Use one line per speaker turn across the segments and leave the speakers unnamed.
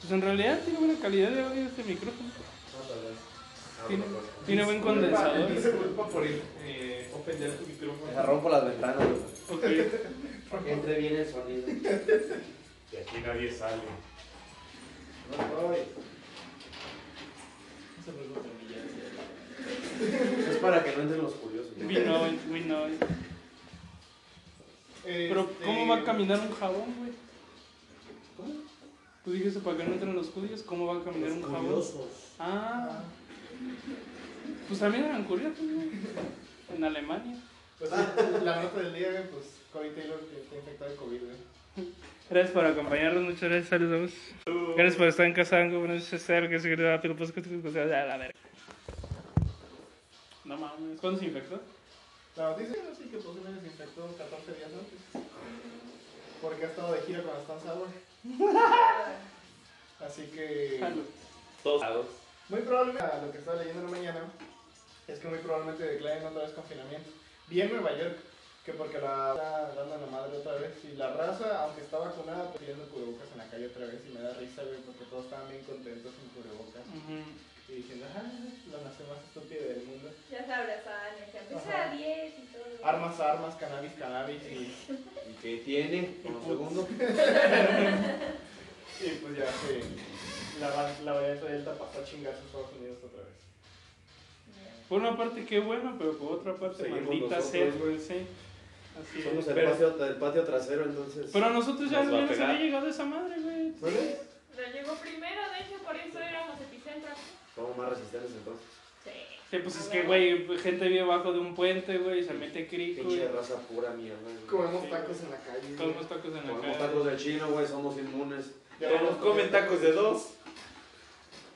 Pues en realidad tiene buena calidad de audio este micrófono. Tiene, tiene buen condensador.
Empieza culpa por eh, ofender tu
Deja,
micrófono.
Pues rompo las ventanas, güey.
Ok.
Para que entre bien el sonido.
De aquí nadie sale.
No estoy. Es para que no entren los curiosos.
We know it, we know it.
Este,
Pero, ¿cómo va a caminar un jabón, güey?
¿Cómo?
Tú dijiste para que no entren los judíos, ¿cómo va a caminar un jabón?
curiosos.
Ah. Pues también eran curiosos, güey. En Alemania.
Pues sí, la nota del día, güey, pues Corey Taylor que está infectado de COVID, ¿eh? güey.
Gracias por acompañarnos, muchas gracias, saludos. Gracias por estar en casa, algo bueno es ser que se grita pero pues que se a la verga. No mames, ¿cuándo se infectó?
La noticia es que Pokémon se infectó 14 días antes. Porque ha estado de gira con Stan Sauer. Así que.
Todos lados.
Muy probablemente, a lo que estaba leyendo en la mañana, es que muy probablemente declaren otra vez confinamiento. Vi en Nueva York que porque la está dando la madre otra vez y la raza, aunque está vacunada, está pidiendo cubrebocas en la calle otra vez y me da risa, güey, porque todos estaban bien contentos sin cubrebocas
Ujú.
y diciendo, ah, la nación más estúpida del mundo.
Ya se abrazaban, y decían, pues
Ajá.
a 10 y todo.
Armas, armas, cannabis, cannabis y,
¿Y qué tiene? Con un segundo.
y pues ya se... La, va- la variante Delta pasó a chingar a Estados Unidos otra vez.
Por una parte, qué bueno, pero por otra parte,
Seguimos
maldita
nosotros,
sea, güey, sí. Así es.
Somos el
Pero-
patio, el patio trasero, entonces.
Pero a nosotros ya
Nos va a
no nos había
pegar.
llegado esa madre, güey.
¿Vale?
Pero llegó primero, de hecho, por eso éramos epicentro.
Somos más resistentes entonces.
Sí.
Sí, pues es que, güey, gente vive abajo de un puente, güey, se mete crico, güey.
Pinche raza pura mierda. güey.
Comemos tacos en la calle.
Comemos tacos en la
Comemos
calle.
tacos del chino, güey, somos inmunes.
Todos comen tacos de dos.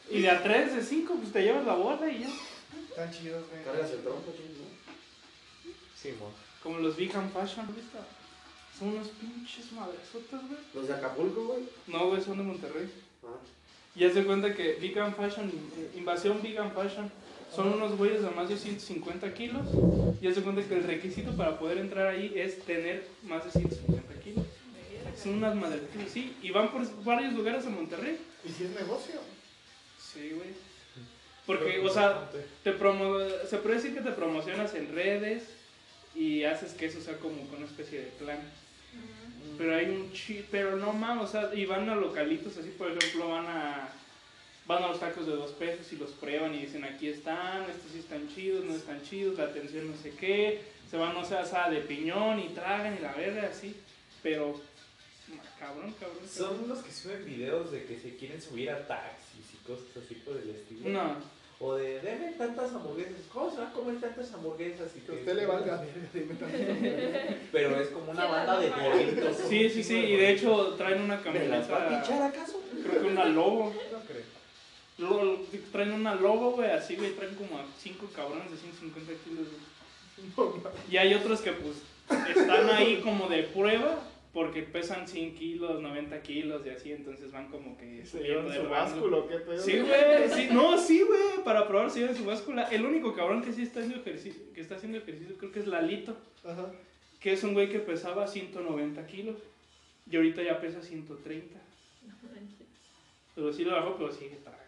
Y de a tres, de cinco, pues te llevas la bola y ya.
Están chidos, güey.
Cargas el tronco, chino.
Simón.
Como los vegan fashion, ¿viste? Son unos pinches madresotas, güey.
Los de Acapulco, güey.
No, güey, son de Monterrey.
Ah.
Y haz de cuenta que Vegan Fashion, eh, Invasión Vegan Fashion, son unos güeyes de más de 150 kilos. Y haz de cuenta que el requisito para poder entrar ahí es tener más de 150 kilos. Son unas madres, sí. Y van por varios lugares de Monterrey.
¿Y si es negocio?
Sí, güey. Porque, o sea, te promo se puede decir que te promocionas en redes y haces que eso sea como una especie de plan. Pero hay un chi, pero no mames, o sea, y van a localitos así, por ejemplo, van a van a los tacos de dos pesos y los prueban y dicen aquí están, estos sí están chidos, no están chidos, la atención no sé qué, se van, o sea, asada de piñón y tragan y la verga así, pero cabrón, cabrón. cabrón.
Son los que suben videos de que se quieren subir a taxis y cosas así por el estilo.
No,
O de, deme tantas hamburguesas. ¿Cómo se va a comer tantas hamburguesas? Y
Que a usted le valga. Dime tanto.
Pero es como una banda de gorritos.
sí, sí, sí, y de hecho traen una
¿Me las va a pinchar
camioneta,
acaso?
creo que una lobo.
No creo.
Lo- traen una lobo, güey, así, güey, traen como a 5 cabrones de 150 kilos, güey. Y hay otros que, pues, están ahí como de prueba, porque pesan 100 kilos, 90 kilos y así, entonces van como que...
Se
subiendo
llevan
de
su
rango.
básculo, qué pedo.
Sí, güey, sí, no, sí, güey, para probar si llevan su báscula. El único cabrón que sí está haciendo ejercicio, que está haciendo ejercicio creo que es Lalito,
Ajá.
que es un güey que pesaba 190 kilos y ahorita ya pesa 130. Pero sí lo bajó, pero sigue tragando.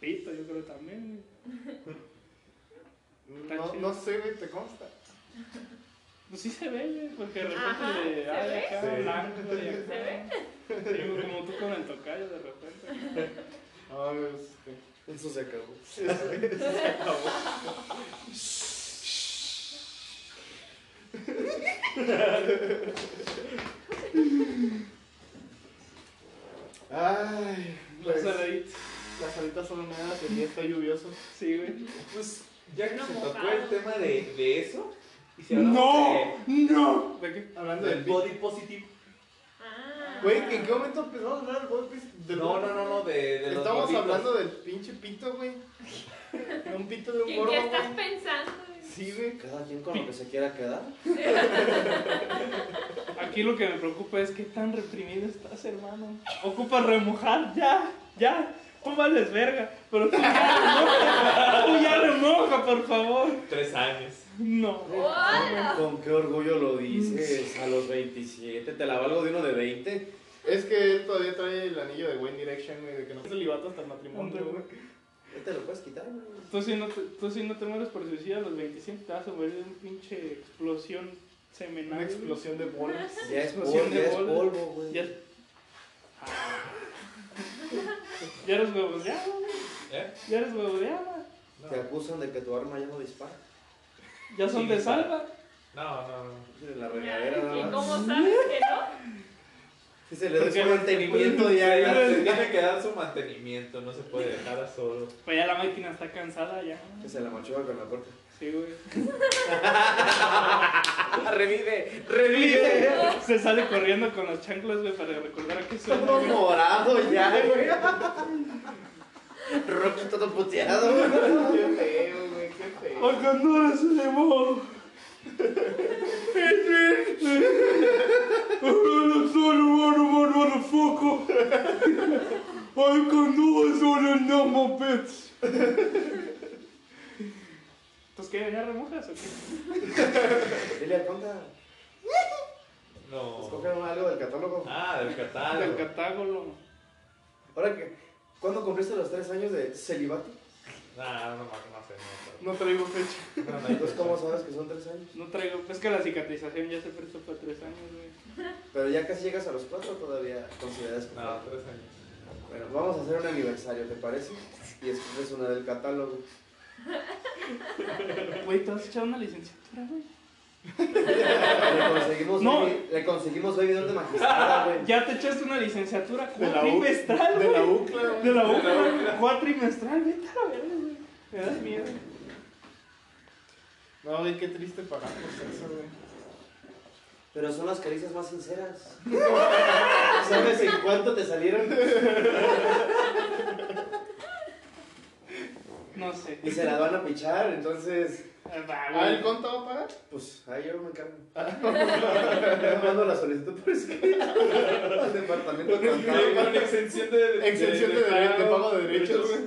Pito, yo creo también.
No, no sé, güey, te consta.
Pues sí se ve, güey, porque de repente
Ajá,
le
¿se
ah, de
ve?
acá
Sí.
blanco y acá.
¿Se ve?
Sí, güey, como tú con el tocayo de repente.
No, güey, este.
Eso se acabó.
Ay,
Los
pues,
saladitos.
las alitas son húmedas, el día está lluvioso.
Sí, güey.
Pues ya que
Una
se tocó
mojada.
el tema de, de eso. Y si hablamos
¡No! ¡No! ¿De qué?
Hablando
de-
del
del
body.
body positive.
Ah.
Güey, ¿en qué momento empezamos a hablar del body? Del
No, no, no, no, de, de los
Estamos
gorditos.
hablando del pinche pito, güey. De un pito de un
¿En qué
gordo,
estás
güey.
pensando?
Sí, güey.
Cada quien con lo que se quiera quedar.
Aquí lo que me preocupa es qué tan reprimido estás, hermano. Ocupa remojar, ya, ya. Tú vales verga, pero tú ya remoja. Tú ya remoja, por favor.
Tres años.
No.
¡Hola!
¿Con qué orgullo lo dices? A los 27, te la valgo de uno de 20.
Es que él todavía trae el anillo de One Direction, güey, de que no es celibato hasta el matrimonio, güey.
Ya te lo puedes quitar, güey.
Tú si, no te, tú si no te mueres por suicidio a los 27 te vas a morir de una pinche explosión seminal.
Una explosión de bolas.
Ya es polvo,
Explosión de
ya es
bolas.
polvo, güey.
Ya. ya eres huevos de agua, güey.
¿Eh?
Ya eres huevos de agua.
No.
Te acusan de que tu arma ya no dispara.
Ya son de
Sí,
salva.
No, no, no.
De la regadera, nada
¿Y
más.
cómo sabes que no?
Si se le da
Porque
su
no-
mantenimiento diario.
Se tiene que dar su mantenimiento, no se puede dejar a solo.
Pues ya la máquina está cansada ya.
Que se la machuca con la puerta.
Sí, güey.
Ah,
¡Revive! ¡Revive!
Se sale corriendo con los chanclas, güey, para recordar a qué suena.
Todo
güey.
morado ya, güey. Rocky todo puteado, güey.
Qué feo, güey, qué feo.
¡A Condora se le mojó! I can do it on a number bits. ¿Entonces Pues, qué? ¿Ya remojas o qué?
Dile al conta, escoge
No.
algo del catálogo.
Ah, del
Del
catálogo.
catágolo.
Ahora que, ¿cuándo cumpliste los tres años de celibato?
Ah, no, no, no sé. No,
No traigo fecha.
pero- no, pues, no,
Entonces, ¿cómo sabes que son tres años?
No traigo. Es que la cicatrización ya se prestó para tres años, güey.
Pero ya casi llegas a los cuatro, todavía consideras que.
No, tres años.
Bueno, vamos a hacer un aniversario, ¿te parece? Y escoges una del catálogo.
Güey, ¿te has echado una licenciatura, güey?
Le conseguimos,
No.
baby- le conseguimos baby doll de magistrada, güey.
Ya te echaste una licenciatura
De la U-
cuatrimestral,
De
güey.
la UCLA, güey.
De la UCLA, cuatrimestral, vete a la verga, güey. Me das miedo.
No, güey, qué triste pagar por sexo, güey.
Pero son las caricias más sinceras. ¿Sabes en cuánto te salieron?
No sé.
Y se la van a pichar, entonces.
Ah,
Ah,
güey.
¿el conta va a pagar?
Pues ahí yo me encargo. Yo mando la solicitud por escrito al departamento
Hay
contable.
una exención de.
Exención de, dere- de pago de derechos, güey.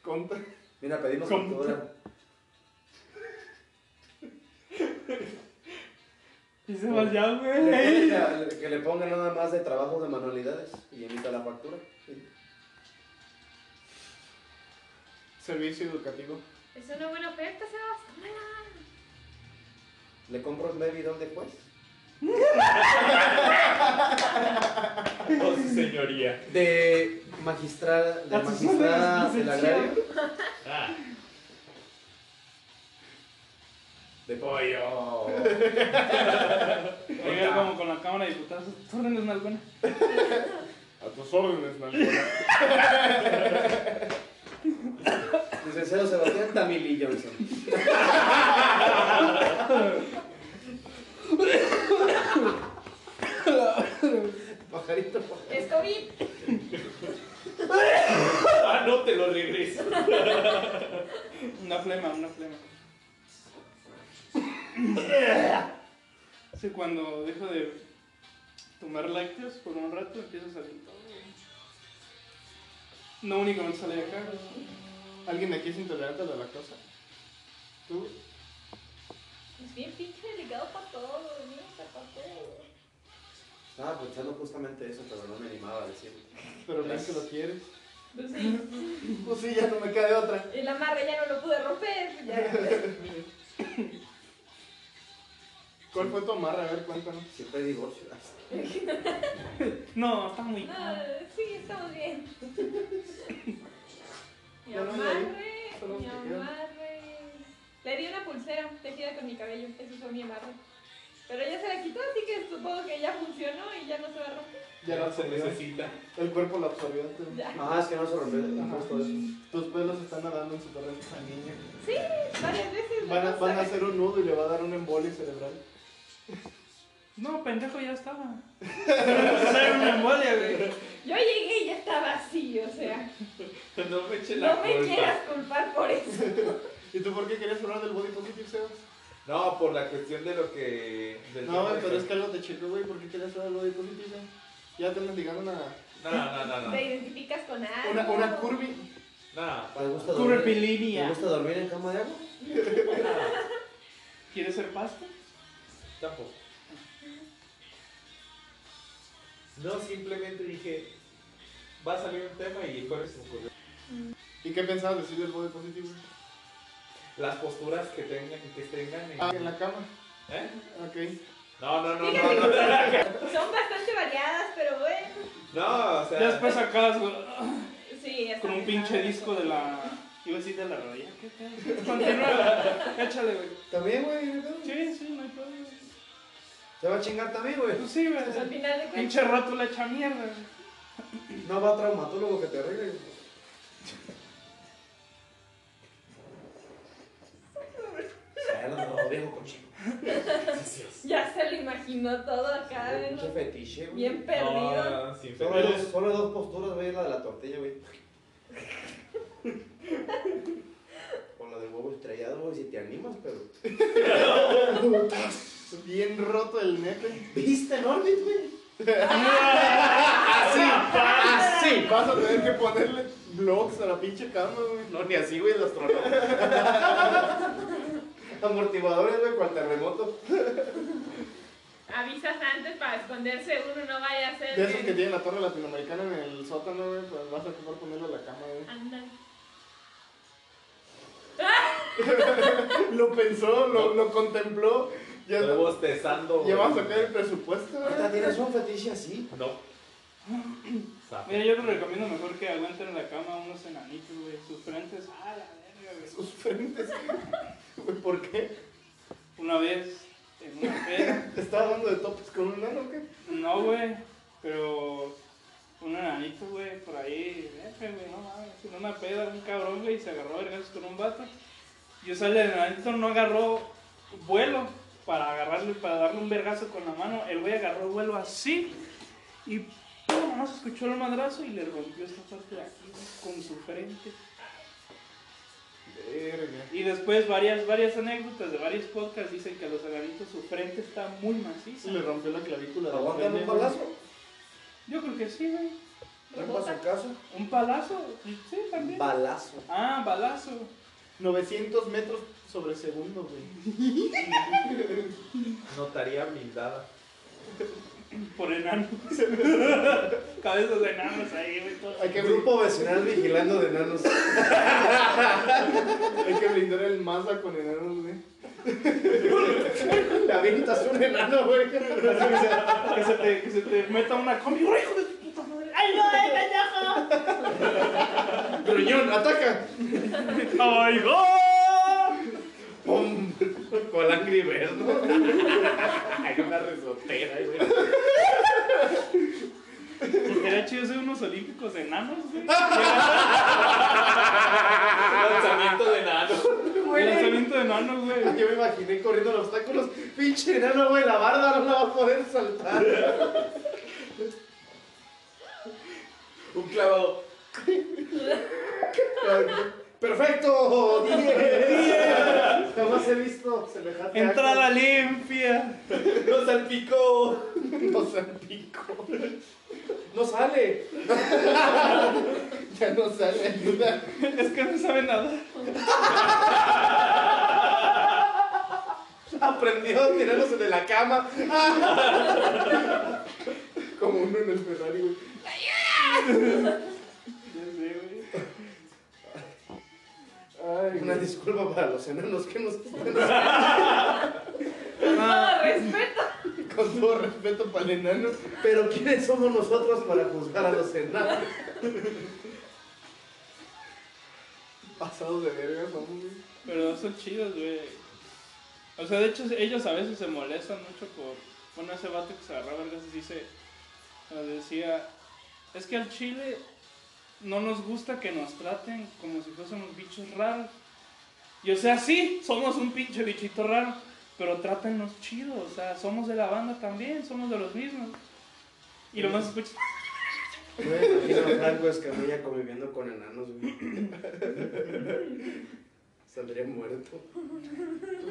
Conta.
Mira, pedimos
¿Cómo?
factura.
Y se va ya,
Que le
güey.
pongan- Que le pongan nada más de trabajo de manualidades y emita la factura.
Servicio educativo.
Es una buena oferta, Sebas. Tómala.
¿Le compro un baby doll de juez?
Oh, sí, señoría.
De magistrada, de
A tus
magistrada
órdenes,
del
licenciado.
agrario.
Ah,
De
pollo.
Oiga, como con la cámara de diputados. Tú eres una buena.
A tus órdenes, Nalgona.
Licenciado Sebastián Tamili Johnson. Pajarito, pajarito.
Es COVID.
Ah, no te lo regreso.
Una flema, una flema. Sí, cuando dejo de tomar lácteos por un rato empiezo a salir todo, güey. No únicamente sale de acá. güey.
¿Alguien de aquí es intolerante a la lactosa? ¿Tú?
Es bien pinche delicado para todo. ¿no? O sea, para todo.
Estaba pensando justamente eso, pero no me animaba a decirlo.
Pero bien que lo quieres.
Pues sí.
Pues sí, ya no me queda de otra.
El amarre ya no lo pude romper. Ya.
¿Cuál fue tu amarre? A ver, cuéntanos.
Siempre hay divorcio.
No, está muy.
Ah, sí, estamos bien. Mi
Ya no hay
amarre,
solo te
mi
quedan.
amarre. Le di una pulsera tejida con mi cabello, eso fue mi amarre. Pero ya se la quitó, así que supongo que ya funcionó y ya no se va a romper.
Ya
Ya la
no se
absorbió.
necesita.
El cuerpo la absorbió. te-
Ya.
Ah, es que no se rompió
Ajá.
justo eso.
Tus pelos están nadando en su torrente sanguíneo.
Sí, varias veces.
Van a,
¿no?
van a hacer un nudo y le va a dar un embolio cerebral.
No, pendejo, ya estaba. Era una embolia, güey.
Yo llegué y ya estaba así, o sea,
No me eche la
no me
culpa.
quieras culpar por eso.
¿Y tú por qué querías hablar del body positive, Sebas?
No, por la cuestión de lo que. del
No,
tema de-
pero es que algo te checó, güey. ¿Por qué querías hablar del body positive? Ya te mendigaron una,
No, no, no, no.
Te identificas con algo.
Ah. una, una curvy.
No,
¿Te gusta dormir? ¿Te
Curvilinia.
gusta dormir en cama de agua?
¿Quieres ser pasta?
tampoco. No, simplemente dije, va a salir un tema y el jueves se me ocurrió.
¿Y qué pensabas decir del body positivo?
Las posturas que tengan, que tengan. en-
Ah, en la cama.
¿Eh?
Ok.
No, no, no, no,
Fíjate.
no.
Son bastante variadas, pero bueno.
No, o sea.
Ya después sacabas güey,
Sí, es
con un pinche disco de la. Iba a decir de la rodilla. ¿Qué pedo? Continúa, échale, güey.
También, güey, ¿no?
Sí, sí, no hay problema. güey.
Se va a chingar también, güey.
Pues sí,
Pues al
güey.
final de cuentas.
Pinche rato la echa mierda. güey.
No va a traumatólogo que te arregle.
No, viejo con chingo.
Ya se lo imaginó todo acá, ¿no?
Mucho fetiche, güey.
bien perdido.
No, sin
Solo hay
fe.
dos, solo hay dos posturas, güey, la de la tortilla, güey. O la del huevo estrellado, güey, si te animas, pero...
Bien roto el nepe.
¿Viste el Orbit, güey? Ah,
Ah, Sí, vas a tener que ponerle blocks a la pinche cama, güey.
No, ni así, güey, los tronó. Amortiguadores, güey, cual terremoto.
Avisas antes para esconderse uno, no vaya a ser.
De esos que tienen la torre latinoamericana en el sótano, güey, pues vas a ocupar ponerle a la cama,
Anda.
güey. Lo pensó, lo, lo contempló. Ya,
Estoy bostezando.
ya
güey.
vamos a sacar el presupuesto,
Ahorita
güey.
tienes un fetiche así.
No. Sapo.
Mira, yo les recomiendo mejor que aguanten en la cama unos enanitos, güey. Sus frentes, ah, la verga, güey.
Sus frentes. Güey, ¿por qué?
Una vez en una peda.
¿Te estaba dando de topes con un nano o qué?
No, güey. Pero un enanito, güey, por ahí. F, güey, no mames. En una peda, un cabrón, güey, se agarró a vergazos con un vato. Y o sea, el enanito no agarró vuelo para agarrarle, para darle un vergazo con la mano. El güey agarró vuelo así. Y pum, nomás escuchó el madrazo y le rompió esta parte de aquí, güey, con su frente.
Verga.
Y después varias, varias anécdotas de varios podcasts dicen que a los enanitos su frente está muy maciza.
Le rompió la clavícula. del
Aguantan
pene,
un
güey.
balazo.
Yo creo que sí, güey.
Trampas en casa.
¿Un palazo? Sí, también.
Balazo.
ah, balazo.
900 metros sobre segundo, güey.
Notaría blindada.
Por enanos. Cabezas de enanos ahí, güey. todo.
Hay que, brin-
Grupo vecinal vigilando de enanos.
hay que brindar el Mazda con enanos, güey.
La vinita es un enano, güey.
Que se te, que se te meta una combi. ¡Uy, hijo de tu puta madre! ¡Ay, no, eh,
Gruñón, ataca.
pendejo! ¡Ay, go!
¡Pum! Con la verde. Hay una risotera, güey.
Sería chido ser unos olímpicos de enanos, güey.
Lanzamiento de nano.
Lanzamiento de enanos, güey.
Yo me imaginé corriendo los obstáculos. Pinche enano, güey, la barda no la va a poder saltar.
Un clavado.
¡Perfecto! ¡Diez! Jamás he visto semejante.
Entrada limpia.
Lo salpicó.
No salpicó.
¡No sale!
Ya no sale ayuda.
Es que no sabe nada.
Aprendió a tirarlos de la cama.
Como uno en el Ferrari, güey.
Ya sé, güey.
Ay,
Una
güey.
disculpa para los enanos que nos están
Ah.
Todo respeto.
Con todo respeto para el enano.
Pero ¿quiénes somos nosotros para juzgar a los enanos?
Pasados de verga, somos, güey.
Pero son chidos, güey. O sea, de hecho, ellos a veces se molestan mucho por. Bueno, ese vato que se agarraba vergas dice. Nos decía. Es que al chile no nos gusta que nos traten como si fuésemos bichos raros. Y o sea, sí, somos un pinche bichito raro. Pero trátennos chido, o sea, somos de la banda también, somos de los mismos. Y lo más escuchas.
Me imagino a Franco Escamilla conviviendo con enanos, güey. Saldría muerto.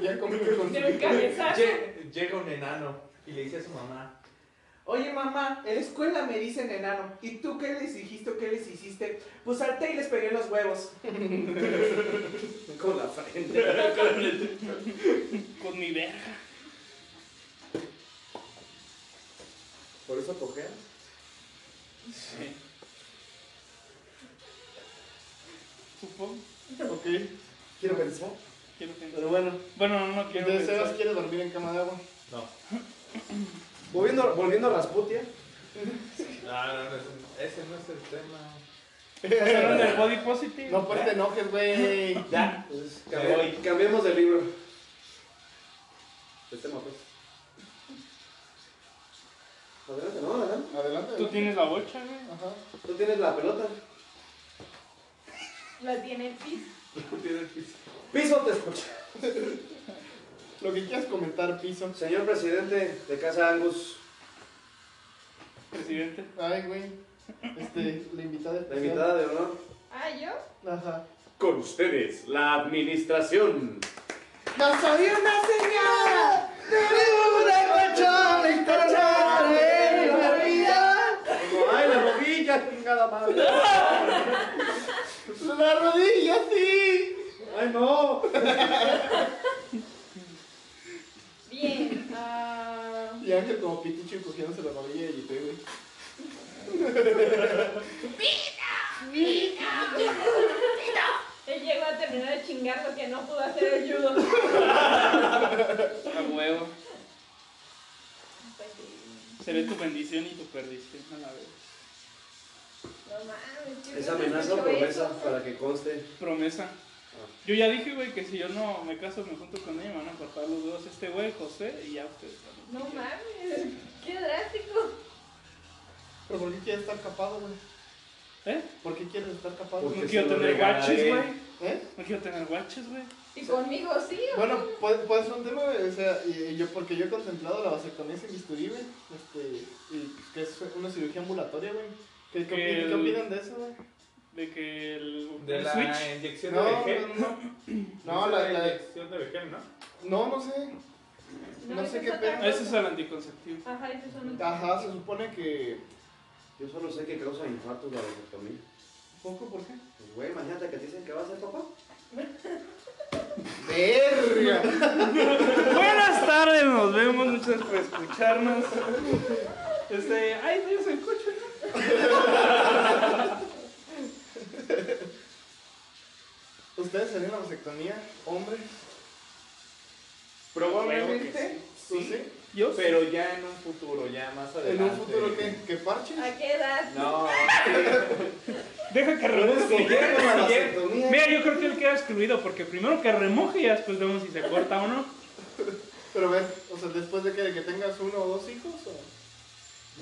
Ya convive con
De un
su
cabezazo.
Lle- Llega un enano y le dice a su mamá: Oye, mamá, en la escuela me dicen enano. ¿Y tú qué les dijiste o qué les hiciste? Pues salté y les pegué en los huevos.
Con la frente.
Con mi verga.
¿Por eso cojeas?
Sí. Supongo.
Ok.
Quiero pensar.
Quiero pensar.
Pero bueno,
Bueno, no quiero
Entonces, Sebas
pensar.
quiere dormir en cama de agua.
No.
volviendo, volviendo a Rasputia.
No, no, no, ese no- ese no es el tema.
¿Pasaron del body positive?
No, pues te enojes, güey.
Ya.
Entonces,
Me
cambi-
voy.
cambiemos de libro. El tema, pues. Adelante, no, adelante.
Adelante.
Tú
adelante.
tienes la bocha, güey.
Ajá.
Tú tienes la pelota.
La tiene el pis.
Tú tienes el piso. Piso te escucha.
Lo que quieras comentar, piso.
Señor presidente de Casa Angus,
Presidente.
Ay, güey. Este, la invitada
la
especial.
invitada de honor.
Ah, ¿yo?
Ajá.
Con ustedes, la administración.
¡No soy una señora!
¡Ay, la rodilla, chingada madre!
La Pues rodilla, sí.
¡Ay, no!
Bien. ah,
Y Ángel como piticho cogiéndose la rodilla y te, güey.
Él llegó a terminar de chingar lo que no pudo hacer el judo.
A huevo.
Pues sí.
Seré tu bendición y tu perdición a la vez.
No mames. ¿qué
Es
feo que
amenaza o
escuchó
promesa
eso?
para que conste.
Promesa. Yo ya dije, güey, que si yo no me caso, me junto con ella, me van a cortar los dedos este güey, José, y ya ustedes también.
No mames. Qué drástico.
Pero ¿por qué quieres estar capado, güey?
¿Eh?
¿Por qué quieres estar
No
capado?
Porque se
quiero
lo
tener
regalaré.
guaches, güey.
¿Eh?
No quiero tener guaches, güey.
Y conmigo sí. ¿o
Bueno,
no?
puede, puede ser un tema, güey, o sea, y, y yo, porque yo he contemplado la vasectomía sin bisturí, güey, este, y que es una cirugía ambulatoria, güey. ¿Qué, qué, opi-
El-
qué opinan de eso, güey?
De que el,
De
el
la E.
Switch.
inyección
No,
de Vegel.
no, no. No,
Es
la,
la
la-
inyección de Vegel, ¿no?
E no, no sé. no sé
esa
qué
es
pedo.
otra
Ah, Ese es
cosa.
el anticonceptivo.
Ajá, ese es un...
Ajá, se supone que...
Yo solo sé que causa infartos la vasectomía.
¿Poco? ¿Por qué?
Pues, güey, imagínate que te dicen que vas a ser papá.
¡Verga!
Buenas tardes, nos vemos, muchas gracias por escucharnos. Este, ay, Dios, el coche, ¿no?
¿Ustedes harían la vasectomía, hombres?
Probablemente, sí,
¿Tú pues sí?
Yo sé.
pero ya en un futuro, ya más
¿En
adelante.
un futuro qué? ¿Que parches?
¿A qué edad?
No,
Deja que remoje.
Gobierno la vasectomía.
Mira, yo creo que él queda excluido porque primero que remoje y ya después vemos si se corta o no.
Pero ves, o sea, después de que, de que tengas uno o dos hijos, o...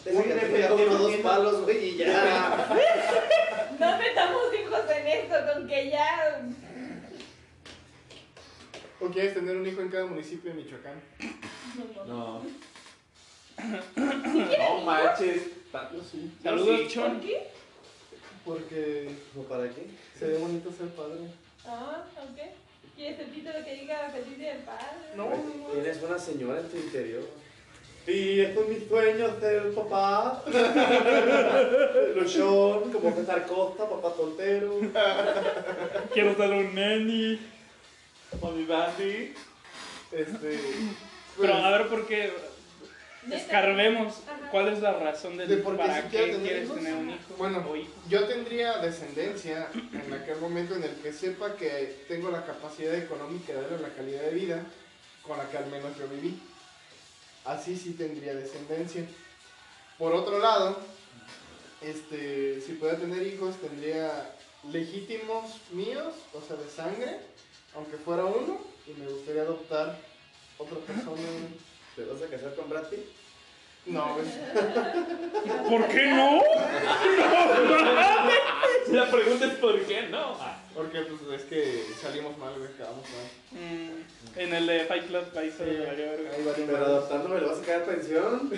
Te siguen pegando unos dos palos, güey, y ya.
No metamos hijos en esto, con que ya.
¿O quieres tener un hijo en cada municipio de Michoacán?
no. No manches. ta-
Yo sí.
Saludos,
sí.
¿Por
Chon.
qué?
Porque
¿O para qué?
se ve bonito ser padre.
Ah, ok. ¿Quieres el título que diga feliz día del padre?
No, no, no.
Tienes una señora en tu interior. Y es con mis sueños ser papá. Ilusión, como César Costa, papá soltero.
Quiero dar un neni. O mi Bambi.
Este.
Pero
pues,
a ver por qué.
Neta.
Escarbemos.
Ajá.
¿Cuál es la razón del
de por qué
para
si
qué
quieres tener
quieres
hijos.
tener un hijo?
Bueno,
o hijos?
yo tendría descendencia en aquel momento en el que sepa que tengo la capacidad económica de darle la calidad de vida con la que al menos yo viví. Así sí tendría descendencia. Por otro lado, este, si pudiera tener hijos, tendría legítimos míos, o sea, de sangre, aunque fuera uno, y me gustaría adoptar otra persona.
¿Te vas a casar con Brad Pitt?
No, güey.
¿Por qué no?
La pregunta es por qué no. Ah,
Porque pues es que salimos mal, güey, acabamos mal.
Mm, En el de Fight Club, ahí se
Sí.
le valió verga.
Ahí va a
Pero adoptándome lo vas a quedar pensión.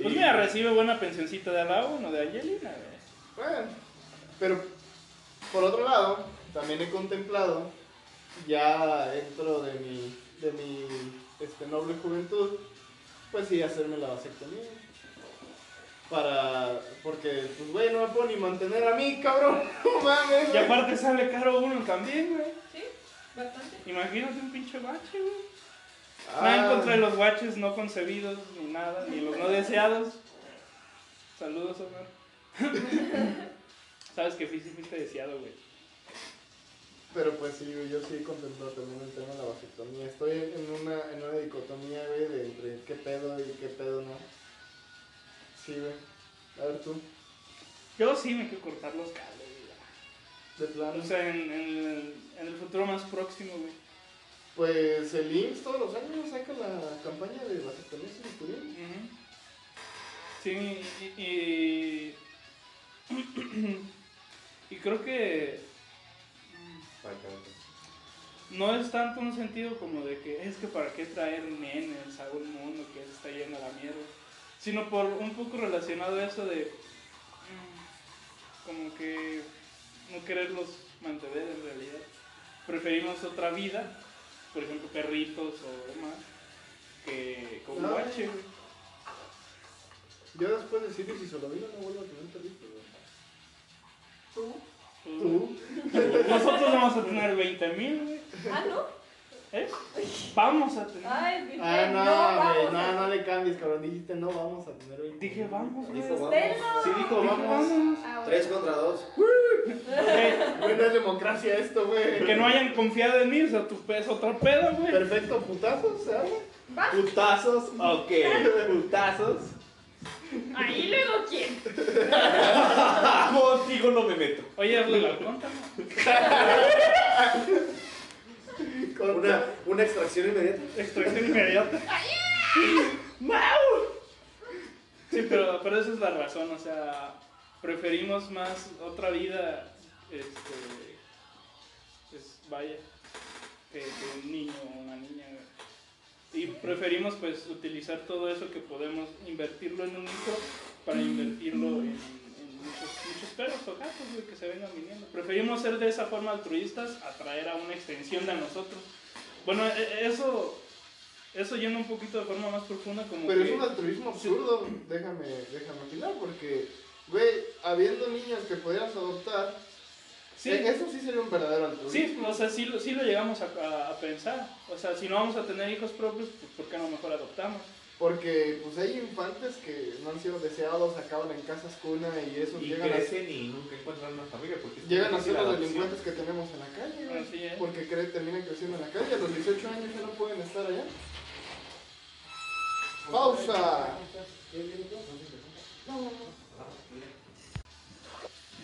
Pues mira, recibe buena pensioncita de Alao, no de Angelina. güey.
Bueno, pero por otro lado, también he contemplado, ya dentro de mi, de mi este, noble juventud, pues sí, hacerme la vasectomía. Para, porque, pues, güey, no me puedo ni mantener a mí, cabrón, no mames.
Y aparte sale caro uno también, güey.
Sí, bastante.
Imagínate un pinche bache, güey.
Ah.
Plan contra los guaches no concebidos, ni nada, ni los no deseados. Saludos, Omar. Sabes que fuiste, fuiste deseado, güey.
Pero pues sí, güey, yo sí contemplo también el tema de la vasectomía. Estoy en una, en una dicotomía, güey, de entre qué pedo y qué pedo no. Sí, güey. A ver tú,
Yo sí me quiero cortar los cables, güey.
de plano.
O sea, en, en- en el futuro más próximo, güey.
Pues el IMSS todos los años saca la campaña de vasectomía sin
Ujú. Sí, y, y, y creo que no es tanto un sentido como de que es que para qué traer nenes a un mundo que se está yendo a la mierda, sino por un poco relacionado a eso de mm, como que no quererlos mantener en realidad. Preferimos otra vida, por ejemplo perritos o demás, que con
No.
guache. güey.
Yo después de Sirius y Solovino no vuelvo a tener perrito, güey.
¿Tú?
¿Tú?
Pues, Nosotros vamos a tener 20 mil, güey.
Ah, ¿no?
¿Eh? Vamos a tener.
Ay, escuché,
Ah, no,
no,
güey,
vamos
no,
a-
no le cambies, cabrón. Dijiste no vamos a tener 20.
Dije, vamos, güey.
Dijo, vamos.
Usted no.
Sí, dijo,
Dije,
vamos.
Ah, bueno.
Tres contra dos.
Güey,
Güey, no es democracia esto, güey.
que no hayan confiado en mí, o sea, tu pe- es otro pedo, güey.
Perfecto, putazos, ¿sabes?
Va.
Putazos, ok. Putazos.
Ahí luego quién.
Contigo no me meto.
Oye, hazle la cuenta.
Una, una extracción inmediata.
Extracción inmediata. ¡Mau! Sí, pero, pero esa es la razón, o sea, preferimos más otra vida, este, es, vaya, que, que un niño o una niña. Y preferimos pues utilizar todo eso que podemos, invertirlo en un hijo para invertirlo en, en muchos, muchos perros o gatos güey, que se vengan viniendo. Preferimos ser de esa forma altruistas, atraer a una extensión de nosotros. Bueno, e- e- eso, eso llena un poquito de forma más profunda como
Pero
que-
es un altruismo absurdo, déjame, déjame opinar, porque, güey, habiendo niños que pudieras adoptar,
Sí.
eh, eso sí sería un verdadero altruismo.
Sí, pues, o sea, sí, lo- sí lo llegamos a, a- a pensar. O sea, si no vamos a tener hijos propios, pues ¿por qué no mejor adoptamos?
Porque, pues, hay infantes que no han sido deseados, acaban en casas cuna y eso
Y
llegan a,
crecen y nunca encuentran una familia porque es
llegan a
difícil
ser los
adopción.
delincuentes que tenemos en la calle, güey.
Así es.
Porque cre- terminan creciendo en la calle, a los 18 años ya no pueden estar allá. Pausa.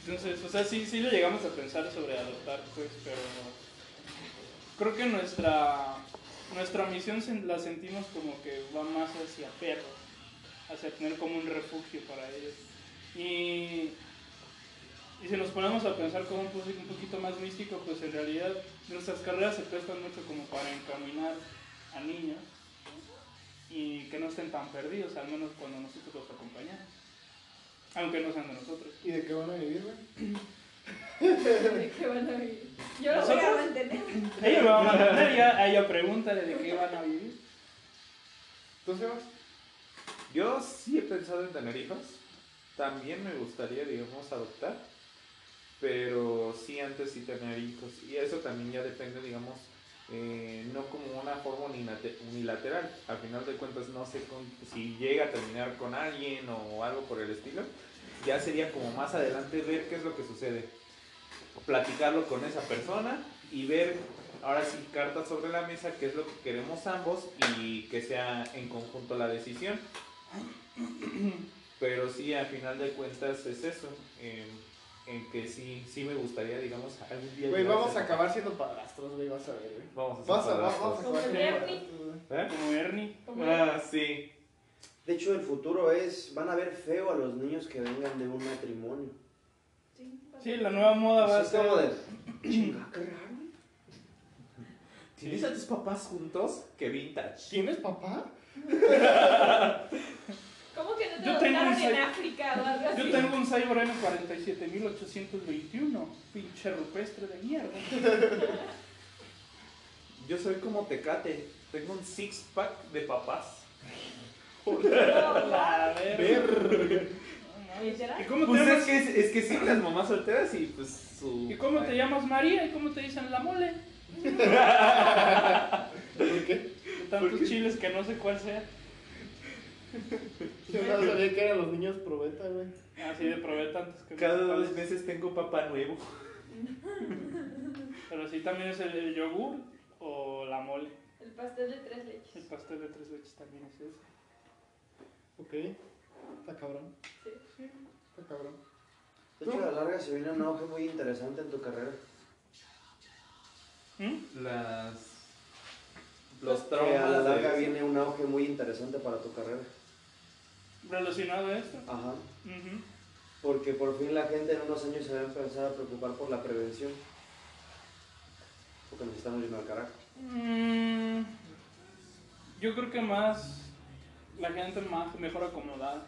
Entonces, o sea, sí, sí lo llegamos a pensar sobre adoptar, pues, pero creo que nuestra, nuestra misión sen- la sentimos como que va más hacia perros, hacia tener como un refugio para ellos. Y, y si nos ponemos a pensar como un, po- un poquito más místico, pues en realidad nuestras carreras se prestan mucho como para encaminar a niños y que no estén tan perdidos, al menos cuando nosotros los acompañamos, aunque no sean de nosotros.
¿Y de qué van a vivir, güey?
¿De qué van a vivir? Yo lo voy a
¿Nosotros?
mantener.
Ella me va a mandar, ella, a ella pregúntale de qué van a vivir.
¿Tú, Sebas?
Yo sí he pensado en tener hijos. También me gustaría, digamos, adoptar. Pero sí, antes sí tener hijos. Y eso también ya depende, digamos, eh, no como una forma unilate- unilateral. Al final de cuentas, no sé con- si llega a terminar con alguien o algo por el estilo. Ya sería como más adelante ver qué es lo que sucede. Platicarlo con esa persona y ver, ahora sí, cartas sobre la mesa, qué es lo que queremos ambos y que sea en conjunto la decisión. Pero sí, al final de cuentas es eso. eh, en que sí, sí me gustaría, digamos, algún día.
Güey,
llegar
vamos a
ser-
acabar siendo padrastros, güey, vas a ver, güey.
Vamos a ser
Vas a, vas,
padrastros.
vas a
Como
acabar siendo
Bernie.
padrastros, güey.
¿Eh?
Como Ernie.
Como-
Ah, sí.
De hecho, el futuro es, van a ver feo a los niños que vengan de un matrimonio.
Sí, la nueva moda va a
Así
ser.
como de, chinga, qué raro.
¿Tienes a tus papás juntos? Qué vintage.
¿Tienes papá?
¿Cómo que no te
Yo tengo
adoptaron
un
en
sa-
África o algo así?
Yo tengo un Cyber N47821, pinche rupestre de mierda.
Yo soy como Tecate. Tengo un six pack de papás.
La verga. No mames.
¿Literal?
¿Y cómo, te
Pues es
llamas,
que, es que sí, las mamás solteras y pues su.
¿Y cómo te llamas María? ¿Y cómo te dicen la mole?
¿Por qué?
Te tantos chiles que no sé cuál sea.
Yo no sabía que eran los niños probeta, güey.
Así Ah, de probé tantos que
Cada dos meses tengo papá nuevo.
Pero sí también es el, el yogur o la mole.
El pastel de tres
El
leches.
pastel de tres leches también es eso.
Ok. Está cabrón.
Sí.
Está cabrón.
De hecho, a la larga se viene un auge muy interesante en tu carrera.
¿Mm?
Las. Los
Que a la
traumas de-
larga viene un auge muy interesante para tu carrera.
Relacionado a esto.
Ajá.
Ujú.
Porque por fin la gente en unos años se va a empezar a preocupar por la prevención. Porque nos estamos yendo al carajo.
Mm, yo creo que más la gente más mejor acomodada.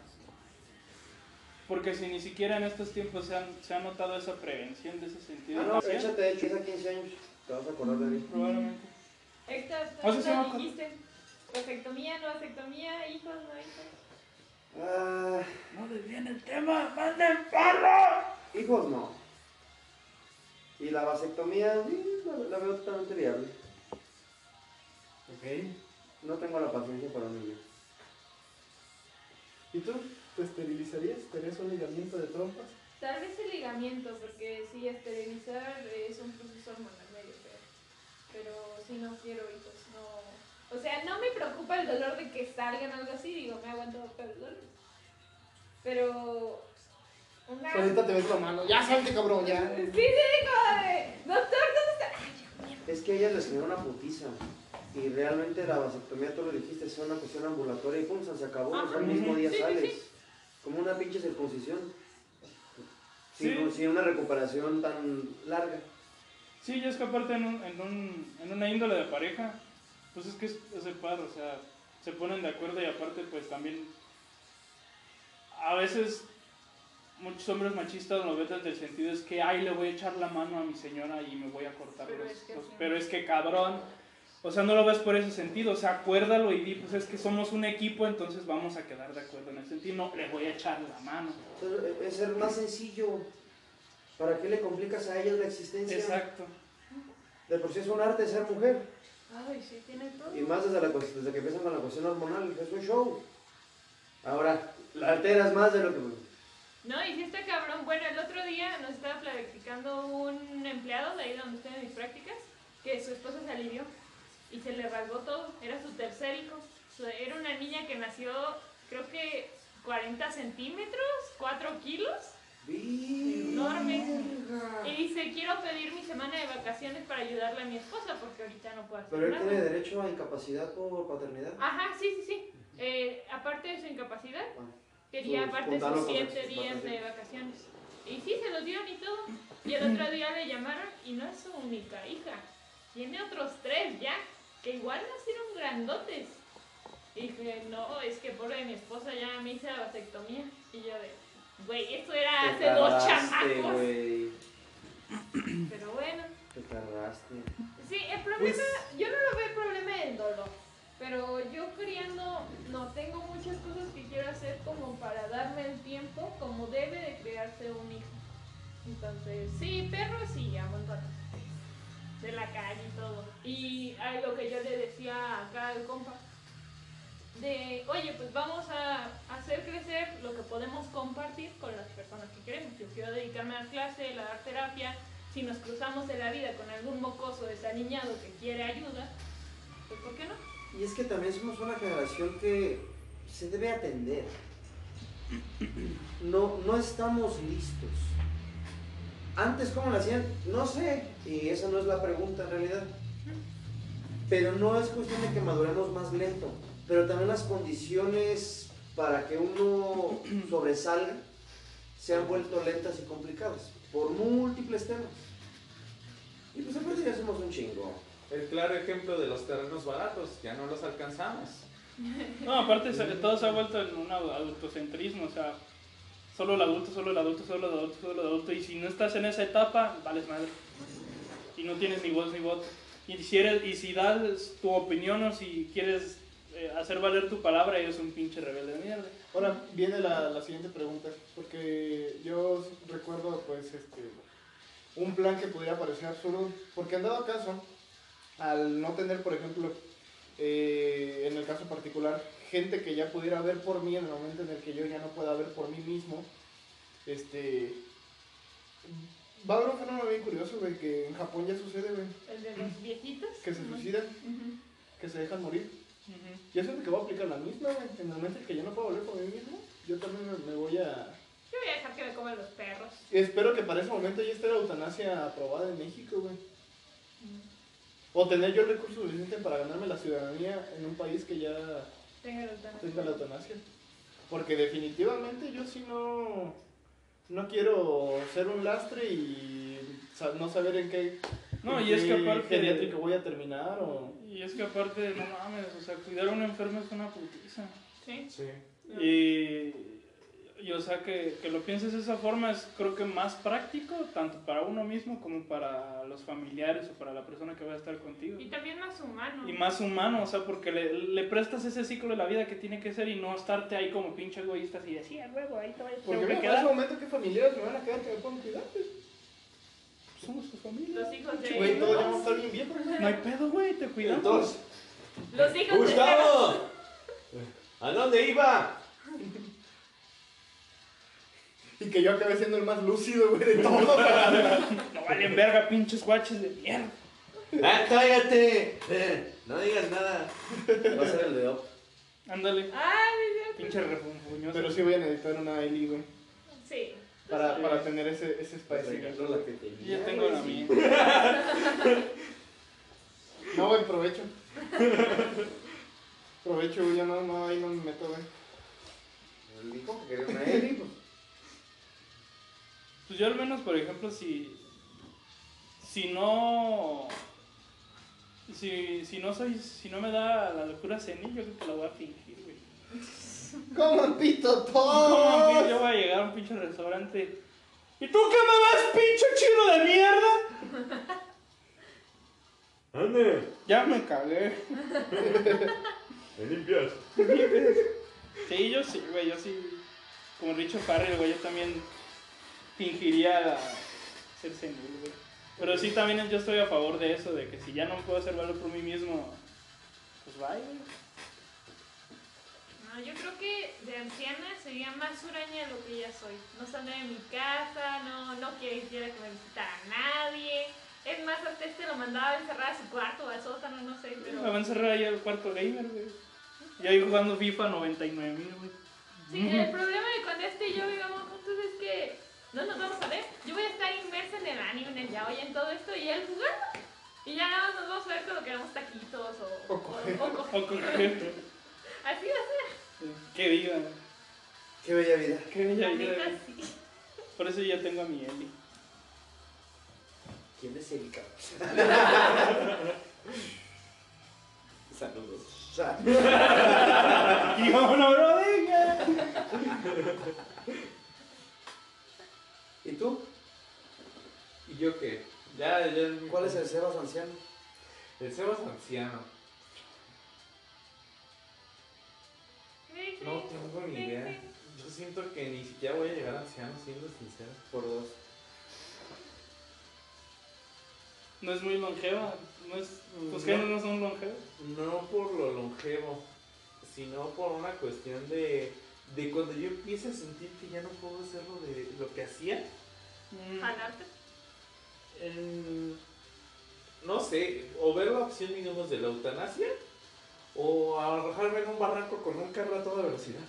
Porque si ni siquiera en estos tiempos se, han- se ha notado esa prevención de ese sentido.
Ah,
de
no,
nación,
échate de 10 a 15 años. Te vas a acordar de mí.
Probablemente.
Héctor,
O sea,
¿tú
sí me
no
acuerdo.
dijiste? Vasectomía, no vasectomía, hijos, no hijos.
Ah,
No desvíen el tema, manden perro.
hijos no. Y la vasectomía, sí, la, la veo totalmente viable.
Ok.
No tengo la paciencia para un niño.
¿Y tú? ¿Te esterilizarías? ¿Tenías un ligamiento de trompas?
Tal vez el ligamiento, porque sí, esterilizar es un proceso hormonal medio feo. Pero sí no quiero hijos, no. O sea, no me preocupa el dolor de que salgan o algo así, digo, me aguanto pero el dolor. Pero. Una.
Ahorita te ves la mano. Ya salte, cabrón, ya.
Sí, sí, digo, de, doctor, ¿dónde está? Ay, Dios mío.
Es que a ellas les generó una putiza. Y realmente la vasectomía, tú lo dijiste, es una cuestión ambulatoria y pum, se acabó. O sea,
Ajá.
al mismo día
Ah, Sí, sí,
sales.
sí.
Como una pinche circuncisión.
Sí.
Sin, sin una recuperación tan larga.
Sí, ya es que aparte en, un- en, un- en una índole de pareja, pues es que es, es el par, o sea, se ponen de acuerdo y aparte pues también a veces muchos hombres machistas lo ven desde el sentido es que, ay, le voy a echar la mano a mi señora y me voy a cortar
Pero
los,
es que
los-
así no.
Pero es que cabrón, o sea, no lo ves por ese sentido, o sea, acuérdalo y di, pues es que somos un equipo, entonces vamos a quedar de acuerdo en el sentido, no, le voy a echar la mano.
Entonces, e, es ser más sencillo. ¿Para qué le complicas a ellas la existencia?
Exacto.
De por sí es un arte ser mujer.
Ay, sí, tiene todo.
Y más desde, la, cuest- desde que empiezan con la cuestión hormonal. Es un show. Ahora, la alteras más de lo que...
No, y si está cabrón. Bueno, el otro día nos estaba platicando un empleado de ahí donde estoy en mis prácticas, que su esposa se alivió y se le rasgó todo. Era su tercer hijo. Su- Era una niña que nació, creo que 40 centímetros, 4 kilos. Enorme.
Ah.
Y dice, quiero pedir mi semana de vacaciones para ayudarle a mi esposa porque ahorita no puedo hacer
Pero él
nada.
tiene derecho a incapacidad por paternidad.
Ajá, sí, sí, sí. Eh, aparte de su incapacidad,
Ah.
quería
Sus-
aparte
juntarlo
sus
con
siete
sus
días de vacaciones. Y sí, se los dieron y todo. Y el otro día le llamaron y no es su única hija. Tiene otros tres ya, que igual nacieron grandotes. Y dije, no, es que pobre de mi esposa ya me hice la vasectomía. Y yo de, güey, esto era hace
Te
dos
tardaste,
chamacos.
güey.
Pero bueno.
Te tardaste.
Sí, el problema, yo no lo veo el problema del dolor, pero yo criando, no tengo muchas cosas que quiero hacer como para darme el tiempo como debe de crearse un hijo. Entonces, sí, perros y a montones. De la calle y todo. Y a lo que yo le decía acá al compa, de, oye, pues vamos a hacer crecer lo que podemos compartir con las personas que queremos. Yo quiero dedicarme a dar clase, a dar terapia, si nos cruzamos en la vida con algún mocoso desaliñado que quiere ayuda, pues ¿por qué no?
Y es que también somos una generación que se debe atender. No, no estamos listos. Antes, ¿cómo lo hacían? No sé. Y esa no es la pregunta en realidad. Pero no es cuestión de que maduremos más lento. Pero también las condiciones para que uno sobresalga se han vuelto lentas y complicadas. Por múltiples temas. Y pues aparte ya somos un chingo.
El claro ejemplo de los terrenos baratos, ya no los alcanzamos.
No, aparte se- todo se ha vuelto en un au- adultocentrismo, o sea, solo el adulto, solo el adulto, solo el adulto, solo el adulto, y si no estás en esa etapa, vales madre. Y no tienes ni voz ni voto. Y si, eres, y si das tu opinión o si quieres eh, hacer valer tu palabra, eres un pinche rebelde de mierda.
Ahora viene la, la siguiente pregunta, porque yo recuerdo pues este un plan que pudiera parecer absurdo, porque han dado caso al no tener, por ejemplo, eh, en el caso particular, gente que ya pudiera ver por mí en el momento en el que yo ya no pueda ver por mí mismo, este... Va a haber un fenómeno bien curioso, güey, que en Japón ya sucede, güey,
El de los viejitos.
que se
Ujú.
suicidan,
Ujú.
que se dejan morir. Yo siento que voy a aplicar la misma, güey. En el momento en que yo no puedo volver por mí mismo, yo también me- me voy a...
Yo voy a dejar que me coman los perros.
Espero que para ese momento ya esté la eutanasia aprobada en México, güey. O tener yo el recurso suficiente para ganarme la ciudadanía en un país que ya
Tenga los
tenga la eutanasia. Porque definitivamente yo sí no... No quiero ser un lastre y sa- no saber en qué...
No,
en
y es que
qué
aparte-
geriátrico voy a terminar o...
Y es que aparte, no mames, o sea, cuidar a un enfermo es una putiza.
Sí.
Sí.
Y, y, o sea, que, que lo pienses de esa forma es creo que más práctico, tanto para uno mismo como para los familiares o para la persona que va a estar contigo.
Y también más humano.
Y más humano, o sea, porque le, le prestas ese ciclo de la vida que tiene que ser y no estarte ahí como pinche egoísta así de, sí, a huevo, ahí te voy a
Porque
tengo que
en
quedar".
ese momento que familiares me van a quedar que me puedan cuidar, güey.
Somos tu familia.
Los hijos de.
Güey, todos ya vamos a estar bien viejos.
No hay pedo, güey, te cuidamos.
Entonces,
Los hijos de.
Gustavo, ¿a dónde iba?
Y que yo acabé siendo el más lúcido, güey, de todos. güey.
No valen verga, pinches guaches de mierda.
Ah, cállate. Eh, No digas nada.
Va a ser el de Op.
Ándale,
Ah, sí,
pinche refunfuñoso.
Pero sí voy a necesitar una Eli, güey.
sí. Sí.
Para, para tener ese, ese espacio.
Recuerdo la que tenía,
Yo tengo la
güey, sí.
mía.
No, güey, provecho. Provecho, güey, yo no, no, ahí no me meto, güey.
Él dijo que quería una Eli, pues.
Pues yo al menos, por ejemplo, si. Si no. Si, si no soy. Si no me da la locura senil, yo creo que la voy a fingir, güey.
¡Coman pito
No, mami, yo
todos!
voy a llegar a un pinche restaurante. ¿Y tú qué me ves, pinche chino de mierda?
¿Dónde?
Ya me cagué.
¿Me limpias?
Sí, yo sí, güey, yo sí. Como Richo Farrell, güey, yo también fingiría ser senil, güey. Pero sí, también yo estoy a favor de eso, de que si ya no puedo hacer valor por mí mismo, pues vaya, güey.
No, yo creo que de anciana sería más huraña de lo que ya soy. No saldré de mi casa, no, no quisiera que me visitara nadie. Es más, hasta este lo mandaba a encerrar a su cuarto, al sótano, no sé,
Me van a
pero...
encerrar ahí al cuarto gamer, güey. Y ahí jugando FIFA 99 mil, güey.
Sí, el problema de cuando este y yo vivamos juntos es que no nos vamos a ver. Yo voy a estar inmersa en el anime, en el yaoi, en todo esto, y él jugando. Y ya nada más nos vamos a ver cuando queramos taquitos o...
O coger.
o coger.
O coger.
Así va a
Qué vida,
Qué bella vida.
qué
ser.
bella
La
vida.
neta,
güey.
sí.
Por eso ya tengo a mi Eli.
¿Quién es el cabrón?
Saludos.
O sea,
Y yo no lo diga.
¿Y tú?
¿Y yo qué? Ya, ya.
¿Cuál es el Sebas anciano?
El Sebas anciano.
Sí, sí.
No tengo ni idea. Yo siento que ni siquiera voy a llegar a anciano, siendo sincero.
Por dos.
No es muy longeva. No es, tus
No.
genes no son longevos.
No por lo longevo, sino por una cuestión de, de cuando yo empiezo a sentir que ya no puedo hacer lo, de, lo que hacía.
Jalarte.
em, no sé, o ver la opción, digamos, de la eutanasia, o arrojarme en un barranco con un carro a toda velocidad.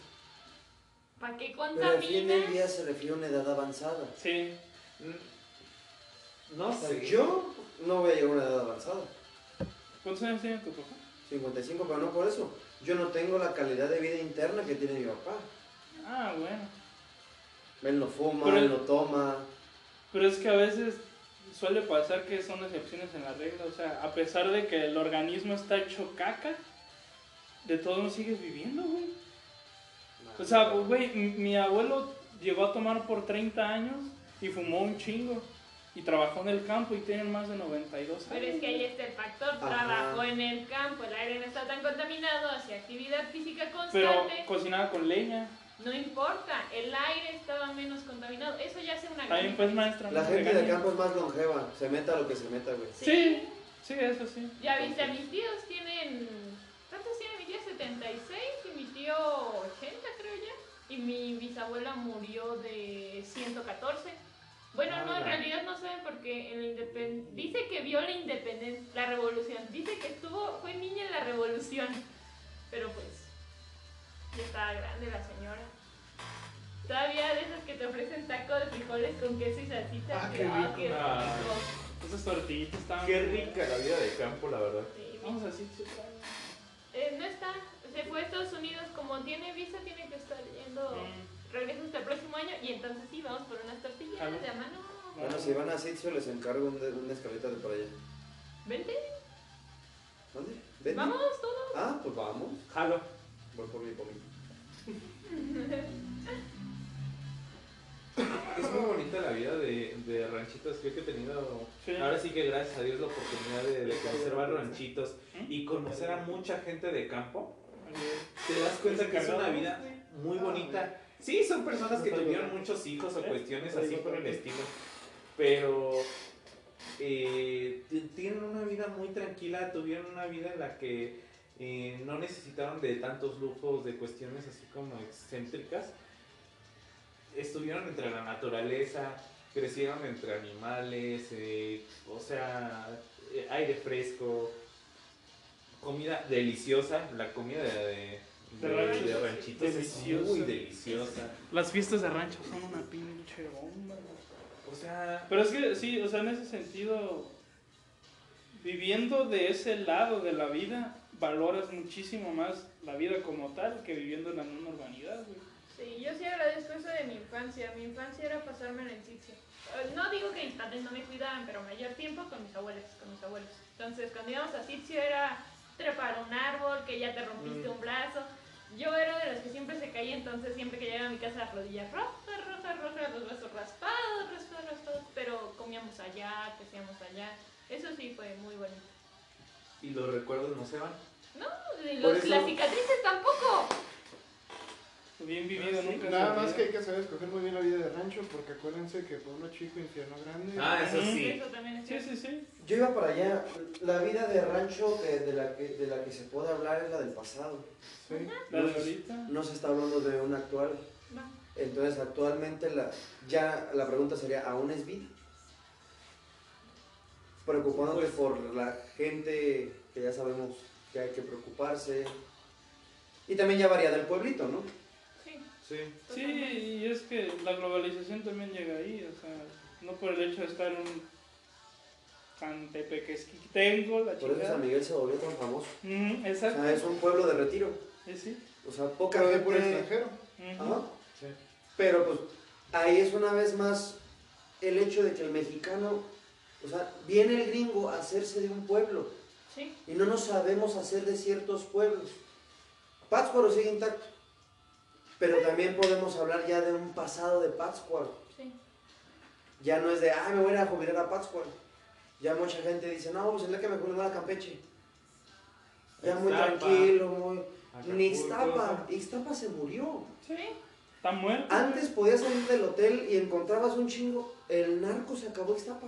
¿Para qué
Pero al fin del
contaminas?
día se refiere a una edad avanzada.
Sí.
Mm, No
Ah,
O sea,
sé.
Yo no voy a llegar a una edad avanzada.
¿Cuántos años tiene tu papá?
55, pero no por eso. Yo no tengo la calidad de vida interna que tiene mi papá.
Ah, bueno.
Él no fuma,
Pero-
él no toma.
Pero es que a veces suele pasar que son excepciones en la regla. O sea, a pesar de que el organismo está hecho caca, de todos modos sigues viviendo, güey. O sea, pues, güey, mi mi abuelo llegó a tomar por 30 años y fumó un chingo. Y trabajó en el campo y tienen más de 92 años.
Pero es que ahí está el factor,
Ajá.
trabajo en el campo, el aire no está tan contaminado, hacía actividad física
Pero
constante,
cocinaba con leña.
no importa, el aire estaba menos contaminado, eso ya hace una
También pues maestra.
La
no
gente de
regañe.
campo es más longeva. Se meta lo que se meta, güey.
Sí, sí, eso sí.
Ya viste a mis tíos, tienen ¿Cuántos tiene mi tía? 76 y mi tío 80, creo ya. Y mi bisabuela murió de 114. Bueno, no, en realidad no saben porque en la independ- dice que vio la independencia, la revolución. Dice que estuvo, fue niña en la revolución. Pero pues, ya estaba grande la señora. Todavía de esas que te ofrecen taco de frijoles con queso y salsita.
Ah,
que,
qué
ah, qué
Ah.
rico.
Esas tortillitas estaban.
Qué rica la vida de campo, la verdad.
Sí,
Vamos así, chicas.
Eh, no está, se fue a Estados Unidos, como tiene visa tiene que estar yendo, regresa hasta el próximo año y entonces sí, vamos por unas tortillas
Jalo.
de a mano.
Bueno,
Ah.
si van a Sitio les encargo un de- una escaleta de por allá.
Vente,
¿Dónde? ¿Ven?
vamos todos.
Ah, pues vamos.
Jalo.
Voy por mi comida.
Es muy bonita la vida de, de ranchitos. Creo que he tenido.
Sí.
Ahora sí que gracias a Dios la oportunidad de, de conocer varios ranchitos y conocer a mucha gente de campo. Te das cuenta que es una vida muy bonita. Sí, son personas que tuvieron muchos hijos o cuestiones así por el estilo. Pero eh, ti- tienen una vida muy tranquila, tuvieron una vida en la que eh, no necesitaron de tantos lujos, de cuestiones así como excéntricas. Estuvieron entre la naturaleza, crecieron entre animales, eh, o sea, eh, aire fresco, comida deliciosa, la comida de, de,
De ranchos.
de ranchitos
Deliciosa.
es muy deliciosa.
Las fiestas de rancho son una pinche bomba.
O sea,
Pero es que sí, o sea, en ese sentido, viviendo de ese lado de la vida, valoras muchísimo más la vida como tal que viviendo en la misma urbanidad, güey.
Sí, yo sí agradezco eso de mi infancia, mi infancia era pasarme en el sitio. Eh, No digo que mis padres no me cuidaban, pero mayor tiempo con mis abuelos, con mis abuelos. Entonces, cuando íbamos a sitio era trepar un árbol, que ya te
Mm.
rompiste un brazo. Yo era de los que siempre se caía, entonces siempre que llegaba a mi casa las rodillas rojas, rojas, rojas, los brazos raspados, raspados, raspados, pero comíamos allá, crecíamos allá. Eso sí fue muy bonito.
y los recuerdos no se van.
Y
Por
los-
eso-
Las cicatrices tampoco.
Bien vivido, nunca. se
Ah, Nada
olvida.
más que hay que saber escoger muy bien la vida de rancho, porque acuérdense que pueblo chico, infierno grande.
Ah, eso sí.
Eso también es
Sí,
cierto.
sí, sí.
Yo iba para allá. La vida de rancho que- de, la que, de la que se puede hablar es la del pasado.
Sí.
La de ahorita.
No se está hablando de una actual.
No.
Entonces, actualmente, la, ya la pregunta sería: ¿aún es vida? Preocupándote
Pues-
por la gente que ya sabemos que hay que preocuparse. Y también ya varía del pueblito, ¿no?
Sí,
Sí.
Sí,
totalmente.
y es que la globalización también llega ahí, o sea, no por el hecho de estar en un cantepequesqui tengo la
Por eso San
chingada.
Miguel se volvió tan famoso.
Mm,
O
exacto.
sea, es un pueblo de retiro.
Eh, sí.
O sea, poca
Pero de
gente.
puro extranjero.
Ujú.
Ajá.
Sí.
Pero pues ahí es una vez más el hecho de que el mexicano, o sea, viene el gringo a hacerse de un pueblo
Sí.
y no nos sabemos hacer de ciertos pueblos. Pátzcuaro sigue intacto, pero también podemos hablar ya de un pasado de Pátzcuaro.
Sí.
Ya no es de, ah, me voy a ir a jubilar a Pátzcuaro. Ya mucha gente dice, no, pues es la que me jubilo a Campeche. Ya muy
Ixtapa.
tranquilo, muy... Ni
Acapulco.
Ixtapa, Ixtapa se murió.
Sí.
Está muerto.
Antes podías salir del hotel y encontrabas un chingo. El narco se acabó Iztapa.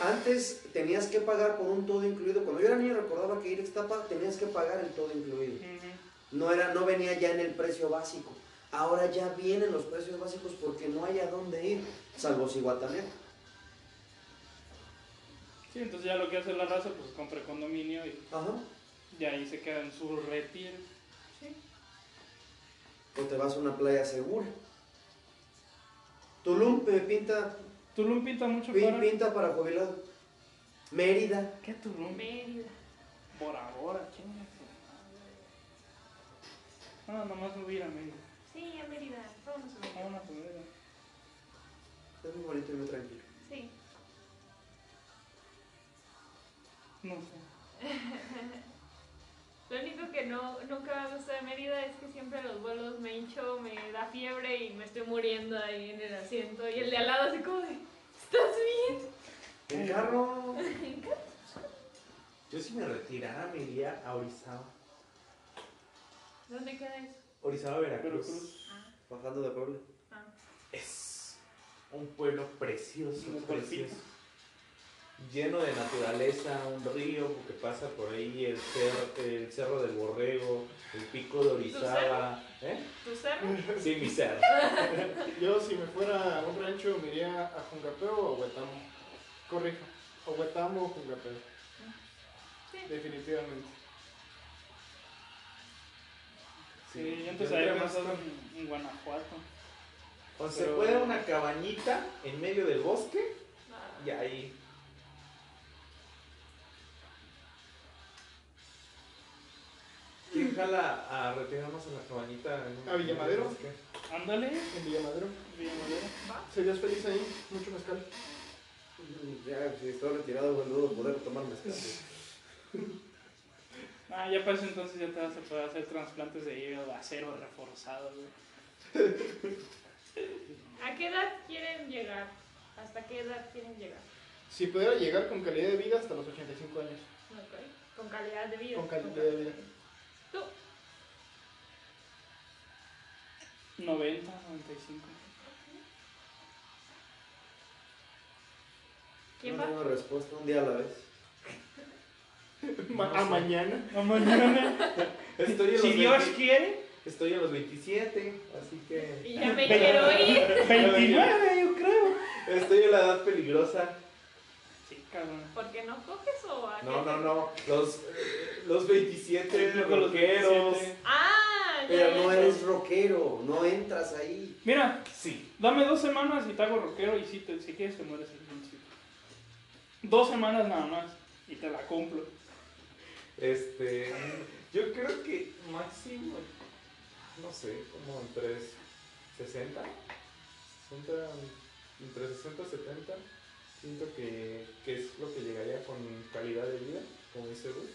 Antes tenías que pagar por un todo incluido. Cuando yo era niño recordaba que ir a Iztapa tenías que pagar el todo incluido.
Ujú.
No, era, no venía ya en el precio básico. Ahora ya vienen los precios básicos porque no hay a dónde ir, salvo Cihuatanejo.
Sí, entonces ya lo que hace la raza, pues compra condominio y
Ajá.
ya ahí se queda en su retiro.
O te vas a una playa segura. Tulum eh, pinta,
Tulum pinta mucho
pin-
para...
pinta para jubilado. Mérida.
¿Qué Tulum?
Mérida.
Por ahora, chingas. No, Ah, nomás me voy a ir a Mérida.
Sí, a Mérida. Vamos a
A
Mérida.
una comida.
Es muy bonito y muy tranquilo.
Sí.
No sé.
Lo único que no, nunca me gusta de Mérida es que siempre los vuelos me hincho, me da fiebre y me estoy muriendo ahí en el asiento. Y el de al lado así como de, ¿estás
El carro.
bien?
Yo si me retirara me iría a Orizaba.
¿Dónde queda eso?
Orizaba, Veracruz.
Veracruz.
Ah,
Bajando de Puebla.
ah.
Es un pueblo precioso,
Mejor
precioso. lleno de naturaleza, un río que pasa por ahí, el cerro, el cerro del Borrego, el pico de Orizaba. ¿Eh?
¿Tu cerro?
Sí, mi cerro.
Yo si me fuera a un rancho me iría a Jungapeo o a Huetamo. Corrijo. O Huetamo o Jungapeo.
Sí.
Definitivamente.
Sí, yo antes había pensado en, en Guanajuato.
O se
Pero-
puede una cabañita en medio del bosque
Ah.
y ahí. ¿Quién jala a retirarnos en la cabañita? en un-
¿A Villamadero?
bosque?
Ándale,
En Villamadero.
Villamadero.
¿Serías feliz ahí? Mucho mezcal.
Ya, si estoy retirado, güey, dudo poder tomar mezcal.
Ah, ya para ese entonces ya te vas a poder hacer trasplantes de hígado de acero reforzado, güey.
¿A qué edad quieren llegar? ¿Hasta qué edad quieren llegar?
Si pudiera llegar con calidad de vida hasta los 85 años.
Ok. Con calidad de vida.
Con calidad de vida.
¿Tú?
90, 95.
¿Quién
no
va?
tengo respuesta un día a la vez.
Ma- a mañana.
No, mañana.
Estoy, en
si
los
Dios
20
quiere,
estoy en los 27, así que.
Y ya me quiero ir.
29, yo creo.
Estoy en la edad peligrosa.
Sí, cabrón.
¿Por qué no coges o a
No,
qué
no,
te-
no. Los, los 27
Yo con los
rockeros.
27.
Ah, ya.
Pero no
ya.
eres rockero, no entras ahí.
Mira,
Sí.
Dame dos semanas y te hago rockero y si, te, si quieres te mueres el principio. Dos semanas nada más y te la cumplo.
Este. Yo creo que máximo. No sé, como entre 60. 60 entre 60 y 70. Siento que, que es lo que llegaría con calidad de vida, como dice Gus.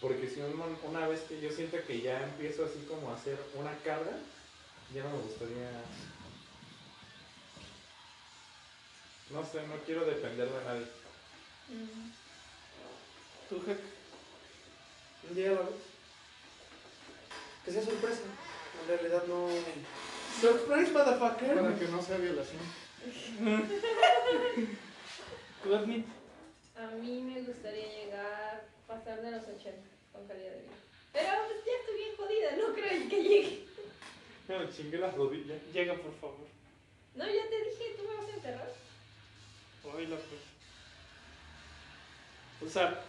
Porque si un- una vez que yo sienta que ya empiezo así como a hacer una carga, ya no me gustaría. No sé, no quiero depender de nadie.
Mm.
Tú, Jack,
Un día a la vez. Que sea sorpresa. En realidad no.
Surprise, motherfucker.
Para que no sea violación.
tú Edmund,
A mí me gustaría llegar, pasar de los 80 con calidad de vida. Pero pues ya estoy bien jodida, no creo que llegue.
Me lo chingué las rodillas.
llega por favor.
No, ya te dije, tú me vas a enterrar.
Oíla, pues. O sea,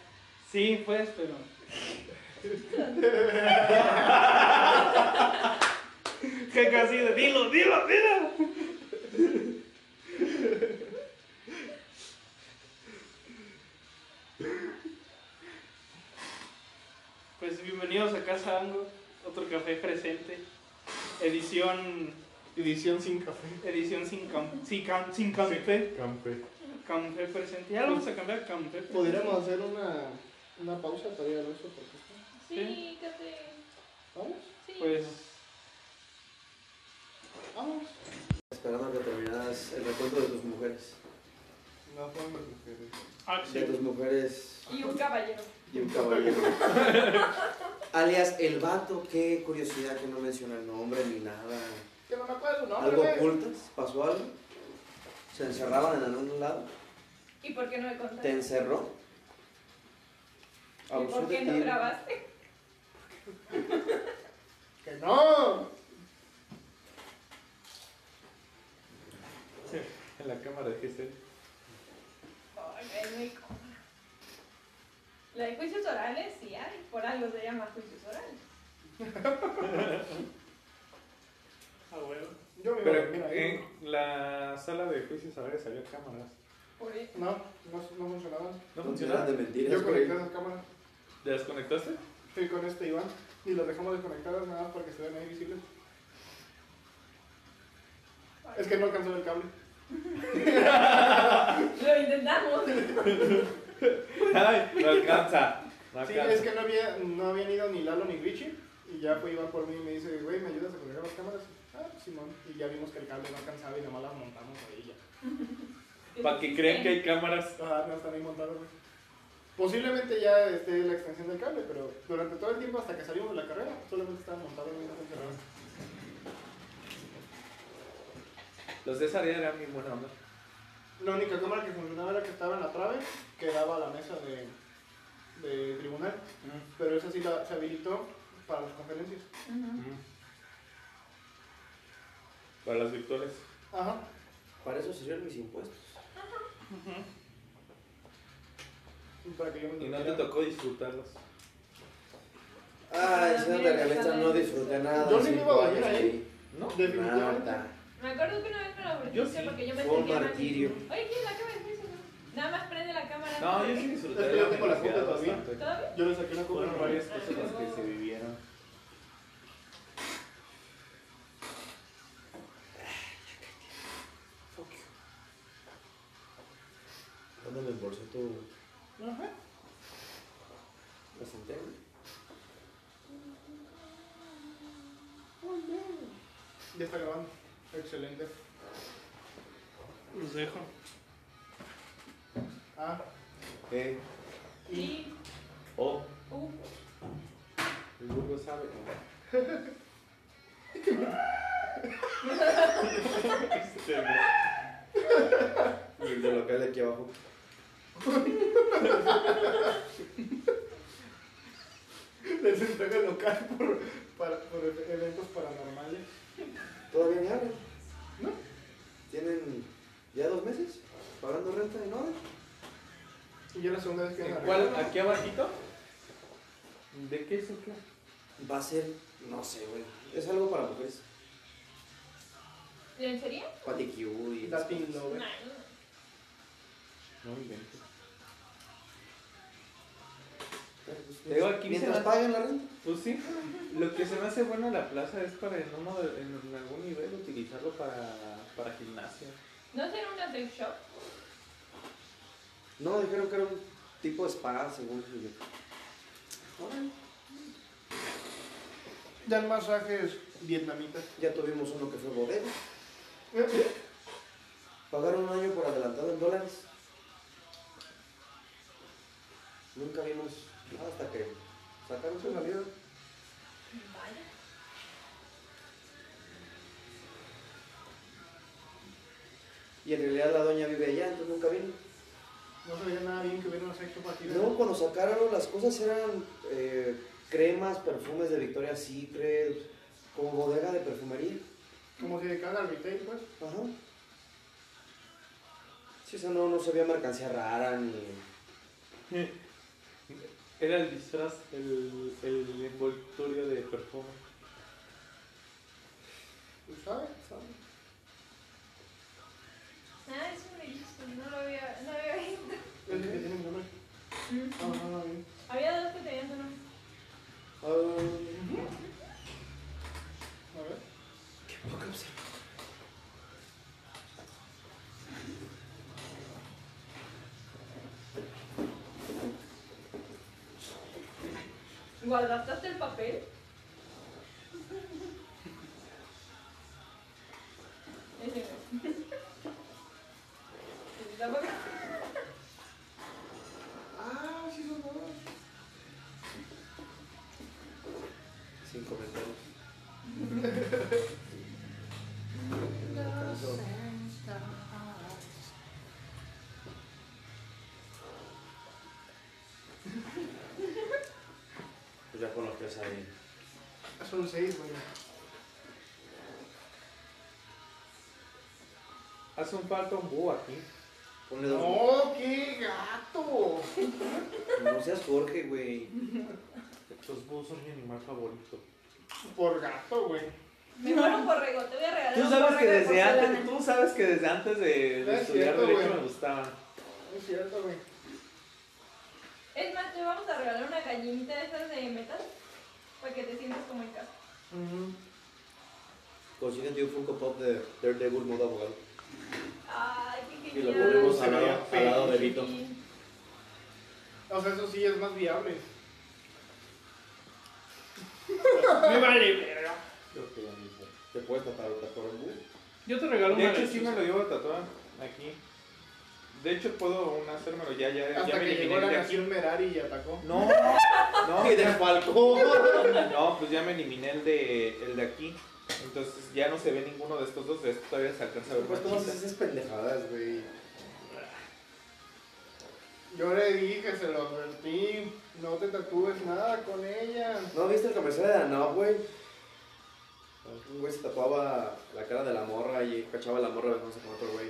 sí, pues, pero. Jack así de, dilo, dilo, dilo. Pues bienvenidos a Casa Ango, otro café presente, edición,
Edición sin café.
edición sin, cam- sin, cam- sin café.
Campe.
Café presente. Ya lo vamos a cambiar a café presente.
Podríamos hacer una, una pausa para ir al uso porque está-
Sí, casi.
¿Vamos?
Sí.
Pues
Vamos.
Esperando que terminaras el recuento de tus mujeres.
No fueron mis mujeres.
De
Axel.
tus mujeres
Y un caballero.
y un caballero. Alias el vato, qué curiosidad que no menciona el nombre ni nada.
Que no me acuerdo, no,
¿Algo
bebé.
ocultas? ¿Pasó algo? ¿Se encerraban en algún lado?
¿Y por qué no me
¿Te
contaste?
encerró?
¿Y por qué no
ti?
grabaste?
Que no.
En la cámara de Gesell.
Ay, es muy cómoda. La de juicios orales, sí hay. Por algo se llama juicios orales.
A huevo.
Yo me
Pero
mira,
en la sala de juicios ahora salió cámaras.
Por eso.
No, no, no funcionaban.
¿No
¿Dónde eran
funcionaron?
de mentiras,
Yo
güey?
conecté esas cámaras.
¿Te desconectaste?
Estoy con este Iván y las dejamos desconectadas nada más para que se vean ahí visibles. Es que no alcanzó el cable.
Lo intentamos.
Ay, no alcanza. No
Sí,
alcanza.
es que no, había, no habían ido ni Lalo ni Richie. Y ya fue Iván por mí y me dice, güey, ¿me ayudas a conectar las cámaras? Ah, Simón. Y ya vimos que el cable no alcanzaba y nada más las montamos ahí ya.
Para que crean que hay cámaras.
Ah, no, están ahí montados, güey. Posiblemente ya esté la extensión del cable, pero durante todo el tiempo hasta que salimos de la carrera, solamente estaban montados, güey, no se encerraron.
Los de esa área eran bien buena onda.
La única cámara que funcionaba era que estaba en la trave, que daba a la mesa de, de tribunal, pero esa sí la, se habilitó para las conferencias.
Mm. Para las virtuales.
Ajá.
Para eso sirven mis impuestos.
Para que yo me
Y no te
tocara.
tocó disfrutarlas.
Ah,
Ah,
es una
mira,
realidad,
saben.
no disfruté nada.
Yo sí me
cinco
iba a bañar
años
ahí.
ahí.
¿No?
Definitivamente.
Nada.
Me acuerdo que una vez me lo ofreciste
Yo sí,
porque yo me
fue un
sentía mal.
martirio.
Oye, ¿quieres la cámara? ¿Quieres la cámara? Nada más prende la cámara.
No, yo sí
Es
disfruté
que
la
yo tengo la foto
universidad
todavía.
bastante.
¿Todavía?
Yo le saqué una copia
Fueron
de
varias
varias.
cosas las que se vivieron.
¿Dónde me embolsó tu...? La senté.
Ya está grabando. Excelente.
Los dejo.
Ah,
Eh,
Sí.
oh,
Uh,
el burgo sabe.
Y el de local de aquí abajo.
les entrega el local por, para, por eventos paranormales.
Todavía ni abren. ¿No? Tienen ya dos meses pagando renta de nada.
Y yo la segunda vez que
¿En
me
cuál?
arreglo.
¿Aquí abajito? ¿De qué es o qué?
Va a ser, no sé, güey. Es algo para mujeres.
¿En serio?
Paticure y...
Latin Lover.
Nah,
No inventes. Te digo,
Digo,
Pues,
aquí
Mientras
se-
pagan la renta.
Pues sí, lo que se me hace bueno la plaza es para en, uno de- en algún nivel utilizarlo para, para gimnasia.
¿No será una sex shop?
No, dijeron que era un tipo de spa, según yo.
Dan masajes vietnamitas.
Ya tuvimos uno que fue bodega. Pagaron un año por adelantado en dólares. Nunca vimos nada hasta que sacaron su salida.
Vaya.
Y en realidad la doña vive allá, entonces nunca vino.
No se veía nada bien que hubiera una sexo partida.
Luego cuando sacaron las cosas eran eh, cremas, perfumes de Victoria's Secret, como bodega de perfumería.
Como se caga el retail, pues.
Ajá. Sí, o sea, no, no se veía mercancía rara ni...
Era el disfraz, el, el envoltorio de perfume.
Pues, ¿Sabes?
Ah, es un rellisco, no lo había, no había visto.
Es el que tiene mi nombre.
Mm.
No, no, no, bien.
Había dos que tenían su nombre.
Ah,
A ver.
qué poca observación.
¿Guardaste el papel? Ese no. Está pa' acá.
Ah, sí, son dos.
Sin comentarios. Pues ya con los tres ahí.
Ah, Son seis, güey.
Hace un falta un búho aquí.
Ponle dos.
¡No, qué gato!
No seas Jorge, güey.
Los búhos son mi animal favorito.
Por gato, güey.
Me muero por rego, te voy a regalar.
Tú
un
sabes que
borrego de
desde
porcelana.
antes, tú sabes que desde antes de,
No
de
es
estudiar
cierto,
derecho
güey.
me gustaban.
Es cierto, güey.
Es más, te vamos a regalar una gallinita de esas de metal para que te sientas como en casa.
Consíguete un Funko Pop de Daredevil modo abogado.
Ay, qué
Y lo
genial.
ponemos
Se
al
veía
lado, al lado de
Sí.
Vito.
O sea, eso sí es más viable.
Me vale, verga.
Creo que lo mismo.
¿Te puedes tapar otra por el bus?
Yo te regalo
De
una
hecho,
de
sí
tus-
me lo llevo tatuado aquí. De hecho, puedo aún hacérmelo ya, ya, ya
Hasta
me
que llegó
eliminé
la
de aquí.
nación Merari y atacó.
No, no,
¡Ay, de
ya-
Falcón!
no, pues ya me eliminé el de, el de aquí. Entonces ya no se ve ninguno de estos dos, de estos todavía se alcanza a ver
Pues
una
todas
chispa.
esas pendejadas, güey.
Yo le dije, se lo advertí, no te tatúes nada con ella.
¿No viste el comercial de Danop, güey? Un güey se tapaba la cara de la morra y cachaba a la morra besándose con otro güey.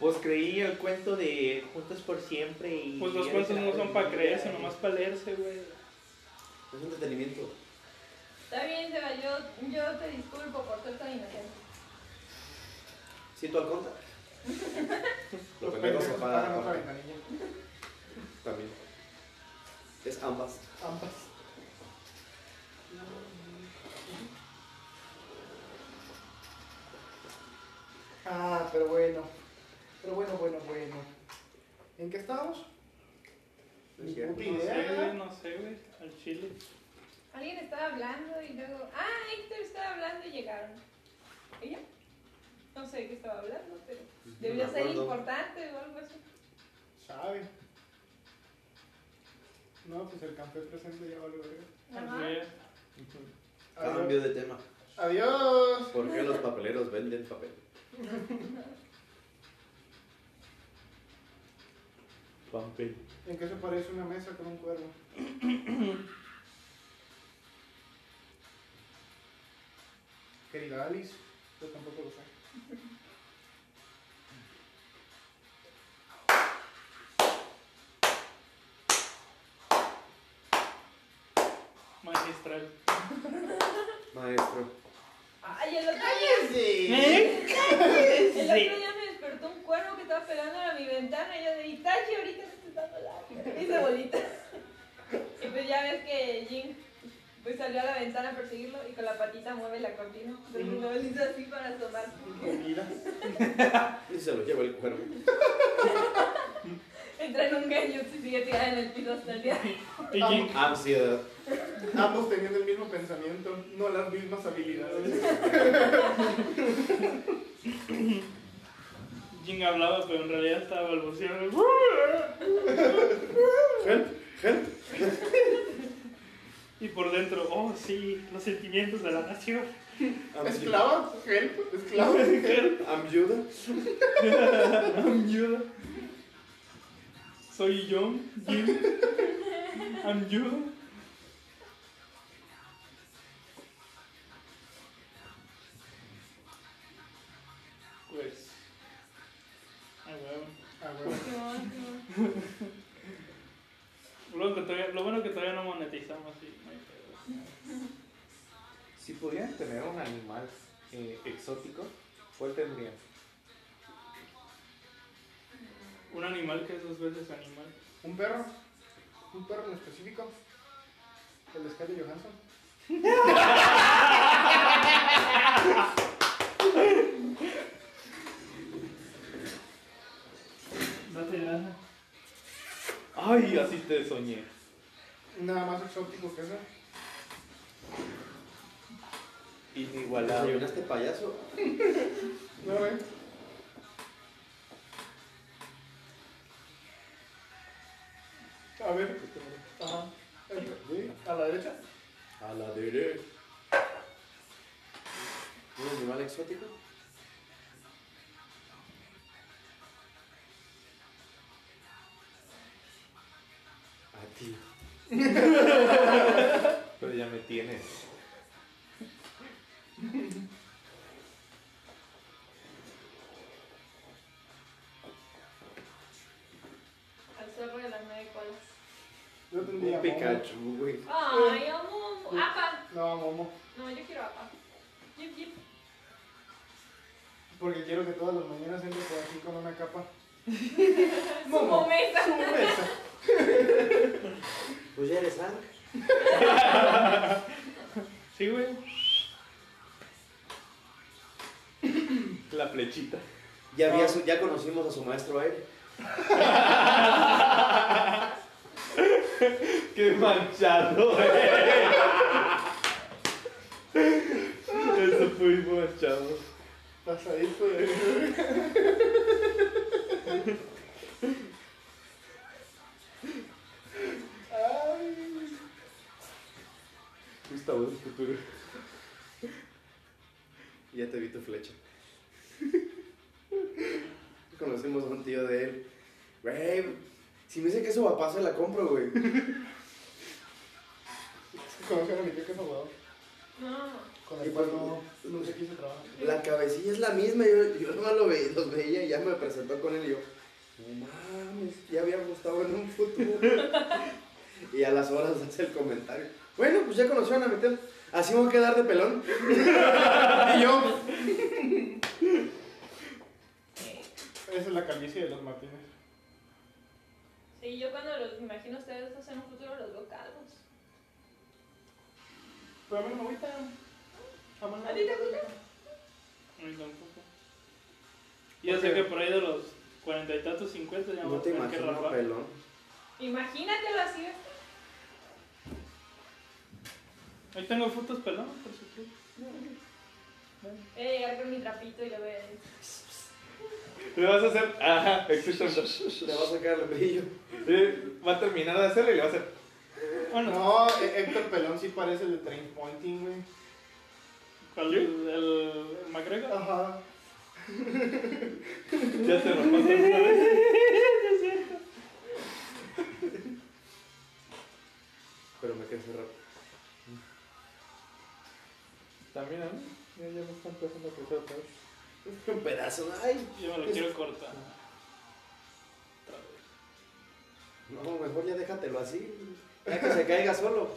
Pues creí el cuento de Juntos por Siempre y...
Pues los cuentos no son para creerse, nomás para leerse, güey.
Es entretenimiento.
Está bien, Seba, yo, yo te disculpo por ser tan inocente.
¿Siento al conta? Lo
Los
pendejo
pendejos
se
pagan
paga
otra
aparte,
ventanilla.
también. Es ambas.
Ambas. Ah, pero bueno. Pero bueno, bueno, bueno. ¿En qué estamos? Ni
Decía,
puta
No sé, güey,
idea.
no sé, güey. Al chile.
Alguien estaba hablando y luego. Ah, Héctor estaba hablando y llegaron. ¿Y ya? No sé de qué estaba hablando, pero. Debió
me
ser
acuerdo.
importante o algo así.
Sabe. No, pues el café presente ya valió verga.
Ajá.
Al
Cambio de tema.
Adiós.
¿Por qué los papeleros venden papel?
Pampel.
¿En qué se parece una mesa con un cuervo? Querida Alice, yo tampoco lo sé.
Magistral.
Maestro.
Ay, el otro día.
¿Eh?
El otro día me despertó un cuervo que estaba pegando a mi ventana y yo de Itachi ahorita me está dando la hice bolita. Y pues ya ves que Jin pues salió a la ventana a perseguirlo y con la patita mueve la cortina. Entonces lo hizo así para asomarse.
Comida.
Y se lo lleva el cuervo.
Entra en un gallo y sigue tirada en el piso hasta el día.
Y Jin-
Ansiedad.
Ambos teniendo el mismo pensamiento, no las mismas habilidades.
Jin hablaba, pero en realidad estaba balbuceando. Y por dentro, oh sí, los sentimientos de la nación.
Ansiedad.
Esclava, help, esclava.
Ayuda.
I'm Yoda. Soy yo, Jin. I'm Yoda. Pues. Ah, huevo.
Ah, bueno.
Lo bueno que todavía, lo bueno que todavía no monetizamos. sí, no hay pedo.
Si pudieran tener un animal eh, exótico, ¿cuál tendrían?
Un animal que es dos veces animal.
Un perro, un perro en específico, el de Scarlett Johansson.
No te da.
Ay, así te soñé.
Nada más exótico que eso.
Inigualable.
¿Desayunaste payaso?
No, eh. A ver, ajá. A la derecha.
A la derecha. ¿Un animal exótico? A ti.
Pero ya me tienes.
Al cerro de las nueve colas.
Yo tendría. a
Un
Momo.
Pikachu, güey.
Ay, amo. Apa.
No, a Momo.
No, yo quiero apa. Yip, yip.
Porque quiero que todas las mañanas entre por aquí con una capa.
Como mesa.
Su mesa.
Pues ya eres Hank.
Sí, güey.
La flechita.
Ya, había su- ya conocimos a su maestro aire.
¡Qué manchado! eh! Eso fue muy manchado.
Pasadito de. Ay.
Gustavo del futuro.
Ya te vi tu flecha. Conocemos a un tío de él. Güey, si me dice que eso va a pasar, la compro, güey.
Conozcan a mi tío que es abogado,
No,
con el cual no, nunca quise trabajar.
La cabecilla es la misma. Yo, yo nomás lo veía, los veía y ya me presentó con él y yo, no mames, ya había gustado en un futuro. y a las horas hace el comentario. Bueno, pues ya conocieron a mi tío. Así voy a quedar de pelón. y yo,
Esa es la calvicie de los Martínez.
sí, yo cuando los imagino a ustedes dos en un futuro los veo calvos.
Pero a mí no me agüita. A mí no me
¿A ti te
agüita.
Ni tampoco. Yo sé que por ahí de los cuarenta y tantos, cincuenta ya
no
vamos a
te
tener que
imagino
rapar.
pelón.
Imagínatelo así.
Ahí tengo fotos pelón, por si quieres.
Voy a llegar con mi trapito y le voy a decir.
Le vas a hacer. Ajá, exacto.
Le va a sacar el brillo.
Eh, Va a terminar de hacerlo y le va a hacer.
Bueno,
No, Hé- Héctor Pelón sí parece el de Train Pointing, güey.
¿cuál? el, el, MacGregor.
Ajá.
Ya te lo pasé.
Pero me quedé cerrado.
También a mí. Ya, ya me están empezando a cruzar otra vez.
Un pedazo, ay.
Yo me lo quiero cortar.
No, mejor ya déjatelo así. Ya que se caiga solo.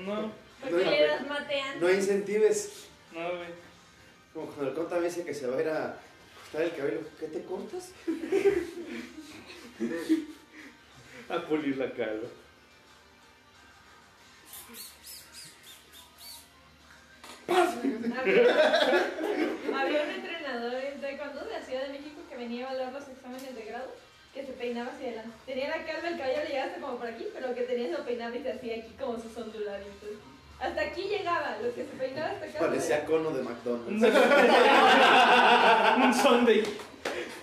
No,
¿Por
No,
qué le
güey.
das mate antes?
No incentives.
no, güey.
Como cuando el cota me dice que se va a ir a cortar el cabello. ¿Qué te cortas?
A pulir la cara.
Había, había un entrenador en taekwondo de la Ciudad de México que venía a evaluar los exámenes de grado que se peinaba hacia adelante. Tenía la calva, el cabello le llegaba hasta como por aquí, pero lo que tenía se lo peinaba y se hacía aquí como sus onduladitos. Hasta aquí llegaba, lo que se peinaba hasta acá.
Parecía cono de McDonald's.
Un Sunday.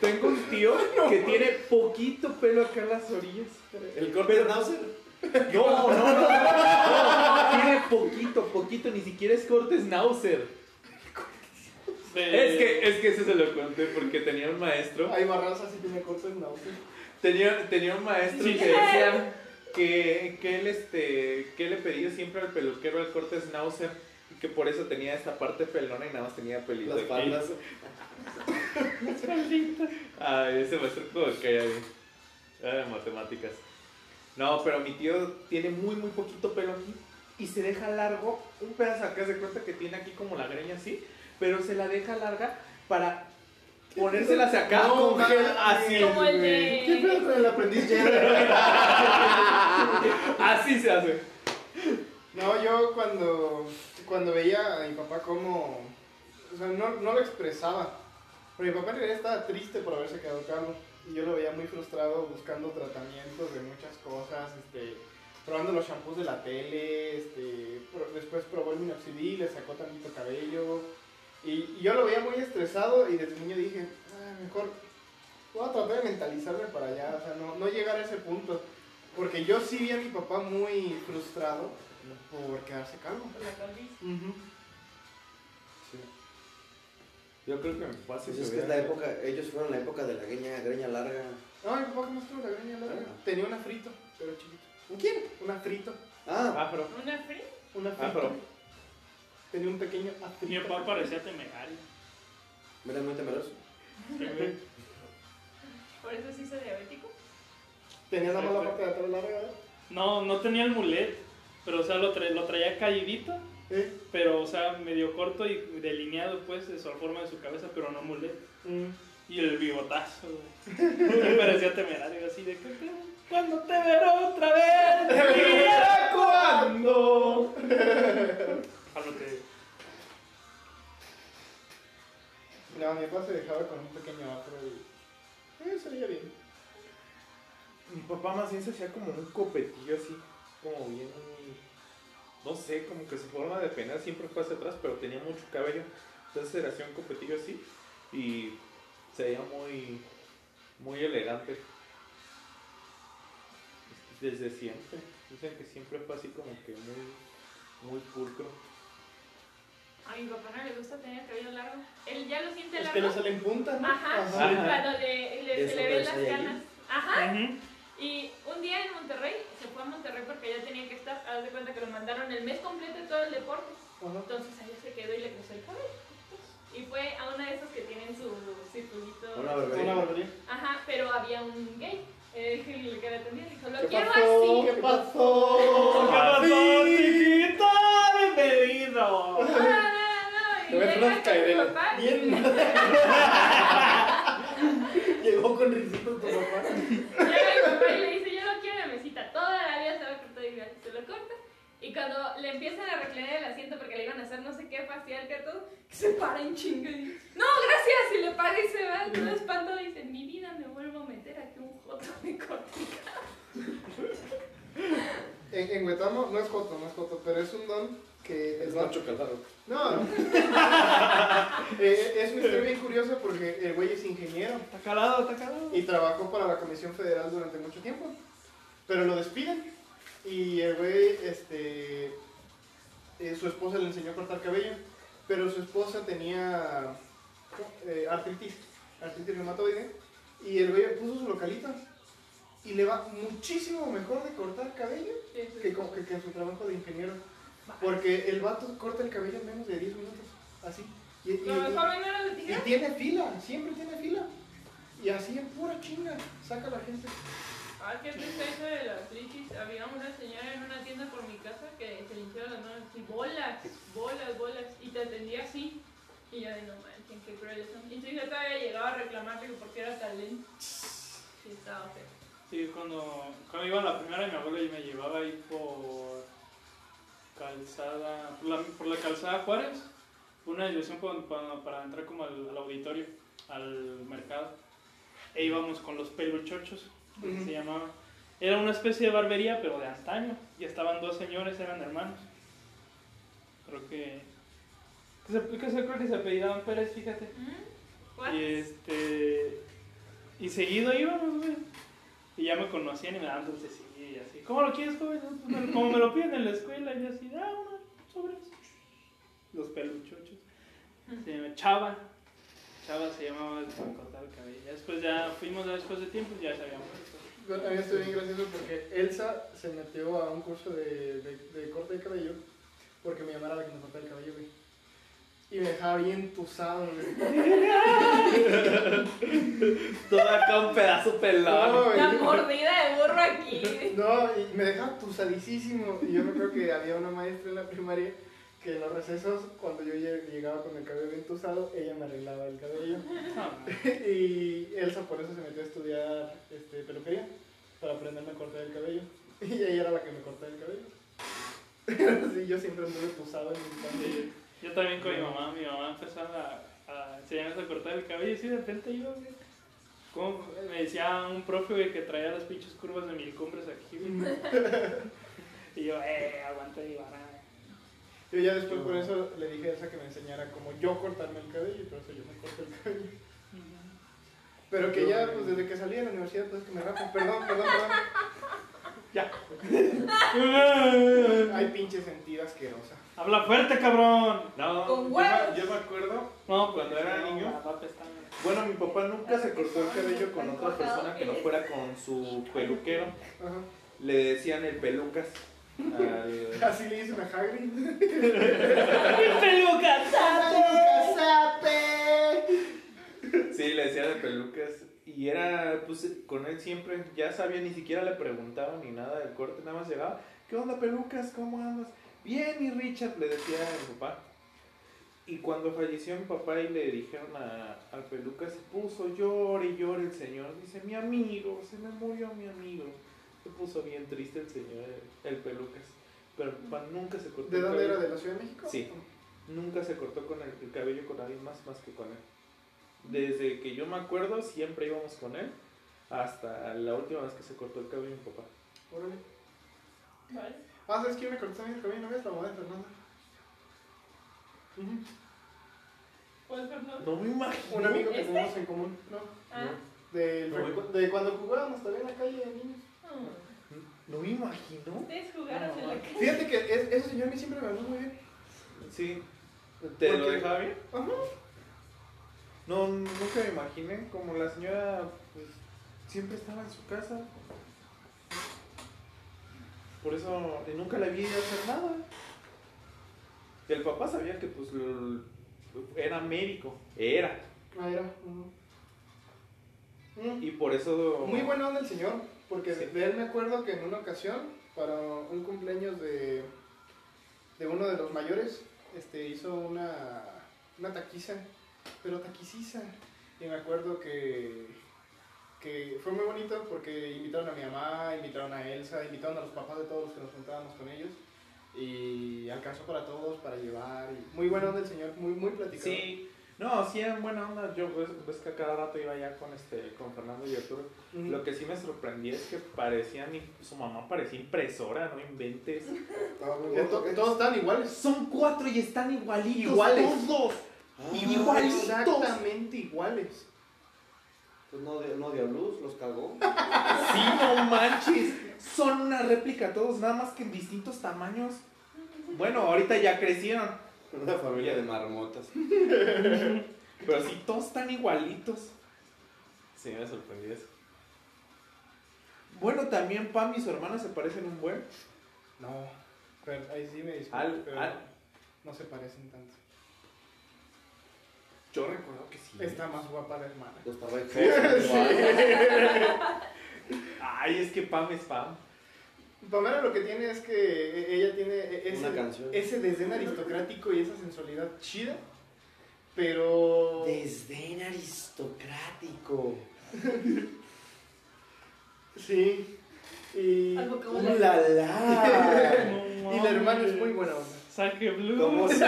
Tengo un tío que tiene poquito pelo acá en las orillas.
¿El corte de Nauser?
No, no, no, no. Tiene poquito, poquito. Ni siquiera es cortes Nauser.
De-
Es que, es que eso se lo conté porque tenía un maestro.
Hay barraza sí tiene cortes náuseas.
Tenía, tenía un maestro
Sí.
que decía que, que él este. que le pedía siempre al peluquero el corte Schnauzer. Y que por eso tenía esta parte pelona y nada más tenía pelito.
Las
aquí.
palmas.
Ay, ese maestro como que hay ahí. Ay, matemáticas. No, pero mi tío tiene muy, muy poquito pelo aquí. Y se deja largo un pedazo acá. Se cuenta que tiene aquí como la greña así. Pero se la deja larga para ponérsela hacia acá
No,
con gel
mames.
así.
Como el
¿Qué pedo
de.
con el aprendiz Jedi?
Así se hace.
No, yo cuando, cuando veía a mi papá como... O sea, no, no lo expresaba. Pero mi papá en realidad estaba triste por haberse quedado calvo. Y yo lo veía muy frustrado buscando tratamientos de muchas cosas, este, probando los shampoos de la tele, este, pro- después probó el minoxidil, le sacó tantito cabello. Y, y yo lo veía muy estresado y desde niño dije, "Ay, mejor voy a tratar de mentalizarme para allá, o sea, no, no llegar a ese punto. Porque yo sí vi a mi papá muy frustrado por quedarse calvo.
Yo creo que mi papá sí
Pues
se
es que
hubiera-
es la época, ellos fueron la época de la greña, greña larga.
No, mi papá como estuvo la greña larga.
Ah.
Tenía una frito, pero chiquito.
¿Quién?
Una frito,
Ah,
Afro.
Una fría.
una frito.
Afro.
Tenía un pequeño
Mi
afrito.
papá parecía temerario.
mira, muy temeroso.
Sí, güey.
Por eso se hizo diabético.
Tenía la mala parte de atrás larga, ¿verdad?
No, no tenía el mulet, pero o sea, lo, tra- lo traía caídito,
¿eh?
pero o sea, medio corto y delineado pues de su forma de su cabeza, pero no mulet.
Mm.
Y el bigotazo, güey. Me parecía temerario, así de que cuando te veré otra vez, te diré cuándo. Háblate.
No, mi papá se dejaba con un pequeño afro y... Eh, se veía bien.
Mi papá más bien se hacía como un copetillo así, como bien. No sé, como que su forma de peinar siempre fue hacia atrás, pero tenía mucho cabello. Entonces se hacía un copetillo así y se veía muy. muy elegante. Desde siempre. Dicen que siempre fue así como que muy. muy pulcro.
A mi papá no le gusta tener el cabello largo. Él ya lo siente
Es
largo.
que le salen puntas, ¿no?
Ajá, sí,
Ajá.
cuando le, le-
De
se le
Super
ven las
Saiyajin.
canas. Ajá.
Ujú.
Y un día en Monterrey, se fue a Monterrey porque ya tenía que estar, haz de cuenta que lo mandaron el mes completo de todo el deporte.
Ajá.
Entonces allá se quedó y le cruzó el cabello. Y fue a una de esas que tienen su circulito.
Una barbería.
Una barbería.
Ajá, pero había un gay. Eh, el que le atendía dijo, lo
¿Qué
quiero
pasó?
así.
¿Qué pasó?
¿Qué pasó, chiquito? Bienvenido.
No, no, no, no. Y
Te ves unas
llega con mi
cairelas.
papá.
Bien. Llegó con risitos tu papá.
Llega mi papá y le dice, yo lo quiero en la mesita. Toda la vida se lo cortó y ya se lo corta. Y cuando le empiezan a reclinar el asiento porque le iban a hacer no sé qué facial que todo, que se para en chinga y dice, no, gracias, y le paga y se va, todo espantado y dice, mi vida me vuelvo a meter a que un joto me corte.
En, en Huetamo, no es Joto, no es Joto, pero es un don que el don-
Calado.
No, Eh, es una historia bien curiosa porque el güey es ingeniero
Está calado, está calado.
y trabajó para la Comisión Federal durante mucho tiempo, pero lo despiden y el güey, este, eh, su esposa le enseñó a cortar cabello, pero su esposa tenía eh, artritis, artritis reumatoide y el güey puso su localito y le va muchísimo mejor de cortar cabello que, como que, que en su trabajo de ingeniero. Porque el vato corta el cabello en menos de 10 minutos. Así. Y, y-
Lo mejor no era de
y
tijera.
tiene fila, siempre tiene fila. Y así en pura chinga, saca a la gente.
Ah, qué triste eso de las trichis. Había una señora en una tienda por mi casa que se le hinchaban las manos así, bolas, bolas, bolas, y te atendía así. Y yo de no manchen, qué crueles son. Y tu hija todavía llegaba a reclamarte que porque era tan lento. Sí, estaba feo.
Sí, cuando, cuando iba a la primera, mi abuelo me llevaba ahí por calzada, por la, por la calzada Juárez, una dirección pa- pa- para entrar como al, al auditorio, al mercado. E íbamos con los peluchochos, que se llamaba. Era una especie de barbería, pero de antaño. Y estaban dos señores, eran hermanos. Creo que... que se, que se- creo que se apellidaban Pérez, fíjate.
¿Cuál?
Y este. Y seguido íbamos, güey. Y ya me conocían y me daban dulces y así. ¿Cómo lo quieres, joven? "No, pues, me- Como me lo piden en la escuela. Y yo así, ah, una, sobre eso. Los peluchochos. Se llama Chava. Chava se llamaba el que me cortaba el cabello. Ya después ya fuimos ya después de tiempo y ya se había muerto.
Bueno, a mí estoy bien gracioso porque Elsa se metió a un curso de, de- de corte de cabello porque mi mamá era la que me cortaba el cabello, güey. Y me dejaba bien tusado, güey.
Todo acá un pedazo pelado.
No, güey.
La mordida de burro aquí.
No, y me dejaba tusadísimo. Y yo me creo que había una maestra en la primaria que en los recesos, cuando yo lle- llegaba con el cabello bien tusado, ella me arreglaba el cabello. Y Elsa por eso se metió a estudiar este, peluquería, para aprenderme a cortar el cabello. Y ella era la que me cortaba el cabello. Sí, yo siempre anduve tusado en mi cabello.
Yo también con mi mamá, mi mamá empezaba a, a enseñarnos a cortar el cabello y así de repente yo, güey. Como me decía un profe, güey, que traía las pinches curvas de mil cumbres aquí, güey. y yo, eh, aguanta y barra.
Yo ya después por eso le dije a Elsa que me enseñara cómo yo cortarme el cabello, y por eso yo me corto el cabello. Pero que ya, pues desde que salí de la universidad, pues es que me rapo. Perdón, perdón, perdón.
Ya.
Hay pinche sentido asquerosa.
Habla fuerte, cabrón.
No,
Con
yo
huevos.
me, yo me acuerdo.
No, pues,
Cuando era niño.
va a pestar.
Bueno, mi papá nunca se cortó el cabello con otra
Cortado
persona que no
es.
fuera con su peluquero.
Ajá.
Le decían el pelucas. al-
Así le dicen a Hagrid.
peluca!
Sí, le decía de pelucas. Y era, pues, con él siempre, ya sabía, ni siquiera le preguntaba ni nada del corte, nada más llegaba, ¿qué onda pelucas? ¿Cómo andas? Bien, y Richard, le decía a mi papá. Y cuando falleció mi papá y le dijeron a, al pelucas, se puso llore y llore el señor, dice, mi amigo, se me murió mi amigo. Se puso bien triste el señor, el pelucas. Pero mi papá nunca se cortó.
¿De
el
dónde era?
cabello.
¿De la Ciudad de México?
Sí. Nunca se cortó con el, el cabello con alguien más más que con él. Desde que yo me acuerdo siempre íbamos con él hasta la última vez que se cortó el cabello mi papá.
Órale.
¿Cuál?
Ah, ¿sabes quién me cortó también el cabello? ¿No ves la mamá de Fernanda? Ujú.
¿Cuál, perdón?
No me imagino.
Un amigo que
¿Este?
tenemos en común. No.
Ah.
Del
No,
recu- de cuando jugábamos también en la calle de niños.
no.
No me imagino.
Ustedes jugaron en la calle.
Fíjate que es- ese señor a mí siempre me habló muy bien.
Sí. ¿Te lo
Porque-
dejaba bien? No, nunca me imaginé como la señora pues, siempre estaba en su casa. Por eso eh, nunca la vi hacer nada. Y el papá sabía que pues lo- era médico, era.
Ah, era.
Y por eso...
Muy buena onda el señor, porque
Sí.
de él me acuerdo que en una ocasión, para un cumpleaños de, de uno de los mayores, este, hizo una, una taquiza, pero taquiciza. Y me acuerdo que, que fue muy bonito porque invitaron a mi mamá, invitaron a Elsa, invitaron a los papás de todos los que nos juntábamos con ellos. Y alcanzó para todos, para llevar. y muy buena onda el señor, muy, muy platicado.
Sí. No, sí eran buena onda. Yo ves, ves que a cada rato iba allá con este con Fernando y Arturo.
Ujú.
Lo que sí me sorprendía es que parecían su mamá parecía impresora, no inventes.
Que to- que todos están iguales.
Son cuatro y están igualitos.
Iguales.
Todos.
Ah.
Igualitos.
Exactamente iguales.
Pues no, dio- no dio luz, los cagó.
Sí, no manches. Son una réplica todos, nada más que en distintos tamaños.
Bueno, ahorita ya crecieron,
Una familia de marmotas.
pero sí todos están igualitos. Sí, me sorprendió eso. Bueno, también Pam y su hermana se parecen un buen.
No, pero ahí sí me disculpo,
Al-
pero
al-
no se parecen tanto.
Yo recuerdo que sí.
Está más guapa la hermana.
Los tabacos.
Ay, es que Pam es Pam.
Pamela lo que tiene es que e- ella tiene e- ese,
Una canción.
ese desdén aristocrático y esa sensualidad chida, pero...
Desdén aristocrático.
Sí. Y,
Algo como
¡Uh, la, la!
y la hermana es muy buena onda.
Saque Blue.
¿Cómo se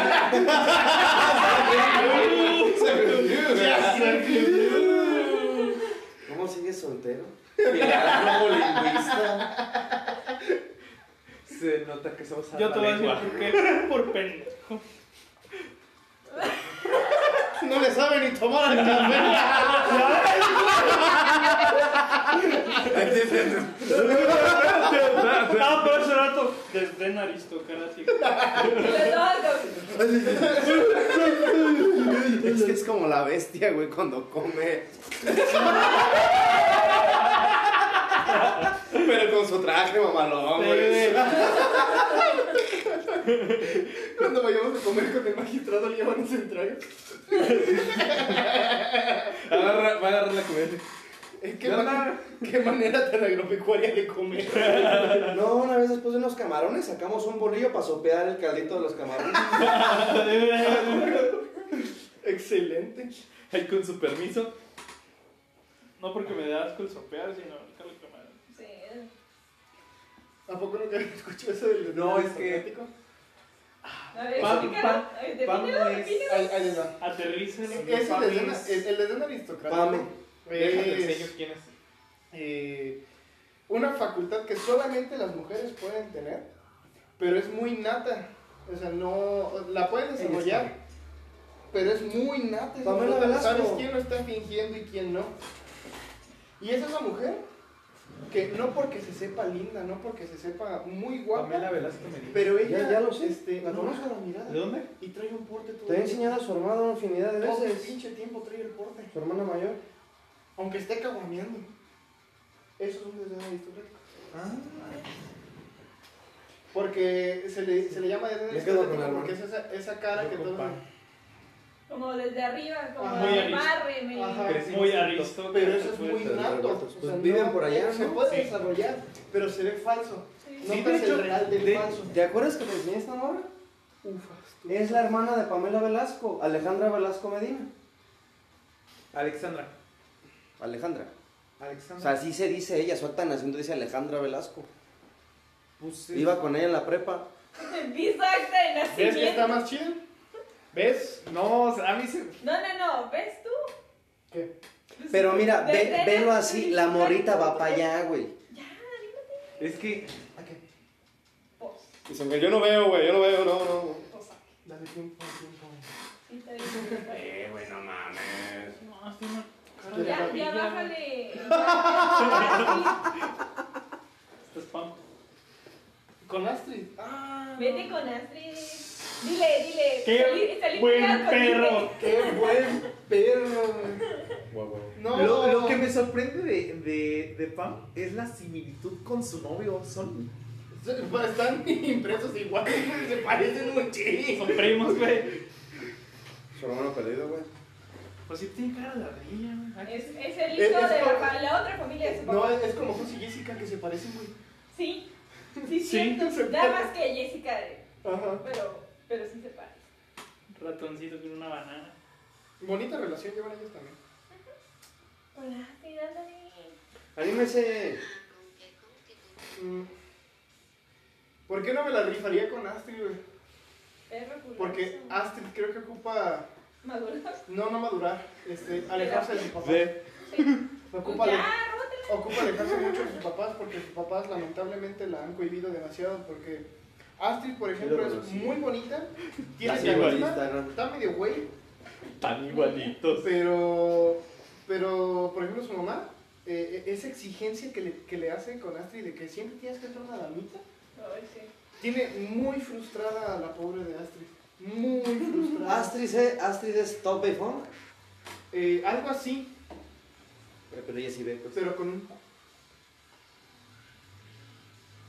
¿Cómo sigues soltero? Filántropo lingüista.
Se nota que somos
Yo te voy a decir por qué. Por pendejo.
No le sabe ni tomar al café.
Ah, pero ese rato. Desdén aristocrático.
Es que es como la bestia, güey, cuando come. Pero con su traje, mamalón, güey.
Cuando vayamos a comer con el magistrado le llevan ese traje.
Agarra, va a agarrar la comida.
Es que man- qué manera tan agropecuaria de comer.
No, una vez después de unos camarones sacamos un bolillo para sopear el caldito de los camarones.
Excelente.
Ahí con su permiso.
No porque me da asco el sopear, sino ahorita lo que me da.
Sí.
¿A poco nunca escuchó eso del
No, es que-
automático?
A ver,
Pam,
explícalo.
Pam
Defínelo,
no es-
defínelo.
Ahí, ahí les va.
Aterrícelo.
Es el
Pam
desdén,
es-
el, el desdén aristocrático.
Pame.
Déjate enseño
Es
quién es.
eh, una facultad que solamente las mujeres pueden tener, pero es muy nata. O sea, no. La pueden desarrollar, pero es muy nata. es
Pamela
muy nata.
Velasco.
Sabes quién lo está fingiendo y quién no. Y es esa mujer que no porque se sepa linda, no porque se sepa muy guapa,
Pamela Velasco me dijo.
pero ella.
Ya, ya lo sé.
este,
la
no,
conozco a la mirada.
¿De dónde?
Y trae un porte todo.
Te he enseñado a su hermana una infinidad de
Todo el
veces.
pinche tiempo trae el porte.
Su hermana mayor.
Aunque esté caguameando. Eso es un desdén aristocrático. Ah. Porque se le, se le llama desdén
Me quedo
aristocrático
con la
porque es esa, esa cara
Yo
que
con
todo.
pan.
Como desde arriba, como
Ajá.
de barreme.
Ajá.
Muy aristocrático.
Pero eso es muy
Los
nato.
revueltos.
o
Pues
sea,
viven
no-
por allá,
Se
¿no?
puede
Sí.
desarrollar, pero se ve falso.
Sí.
No es el real del
de-
falso.
¿Te acuerdas que te enseñé esta morra?
Ufas, tú.
Es la hermana de Pamela Velasco, Alejandra Velasco Medina.
Alexandra.
Alejandra. O sea,
Alexandra.
así se dice ella, su acta de nacimiento dice Alejandra Velasco.
Pues, eh,
Iba con ella en la prepa.
Visa acta de
¿Ves que está
nacimiento.
más chido? ¿Ves?
No, o sea, a mí se.
No, no, no, ¿ves tú?
¿Qué?
Pues,
Pero mira, ve-
desde
velo
la-
así, la morrita va para allá, güey.
Es que.
¿A qué?
Pues,
Dicen que yo no veo, güey, yo no veo, no, no.
pues,
Dale tiempo, tiempo.
sí, está bien.
Eh, güey, no mames.
No, es una cara de
pues, Ya, ya
papilla.
bájale.
Esto es Pam.
Con Astrid. Ah,
Vete con Astrid. Dile, dile.
¡Qué
salir- salir
buen
peleando,
perro!
¡Qué buen perro!
No,
Lo, lo que me sorprende de, de, de Pam es la similitud con su novio. Son
Están impresos igual, güey, se parecen un chingo.
Son primos, güey.
Su hermano perdido, güey.
Pues sí, tiene cara de ardilla, güey.
dile. Es, es el
Es-
hijo
es
de la,
como-
fa- la otra familia de su
No,
papá.
es es como José y Jessica que se parecen, güey.
Sí.
Sí.
Sí, cierto. Nada más que Jessica, eh,
Ajá.
pero, pero sí se parece.
Ratoncito con una banana.
Bonita relación llevan ellos también.
Hola, sí, ándale.
Anímese.
Mm. ¿Por qué no me la rifaría con Astrid, güey?
Perro curioso.
Porque Astrid creo que ocupa.
Maduro.
No, no madurar. Este, alejarse de sus papás.
Ve,
Sí.
Ocupa, ale-
Ya, róbatela.
ocupa alejarse mucho de sus papás porque sus papás lamentablemente la han cohibido demasiado. Porque Astrid, por ejemplo, es
conocí.
muy bonita. Tiene
Así igual
carisma.
Instagram.
Está medio güey.
tan igualitos.
Pero, pero por ejemplo, su mamá, eh, esa exigencia que le, que le hace con Astrid de que siempre tienes que entrar una damita,
Ay, sí.
tiene muy frustrada a la pobre de Astrid. Muy frustrada.
Astrid, eh, Astrid es top y funk,
Eh, algo así,
pero, pero ella sí ve, pues.
pero con un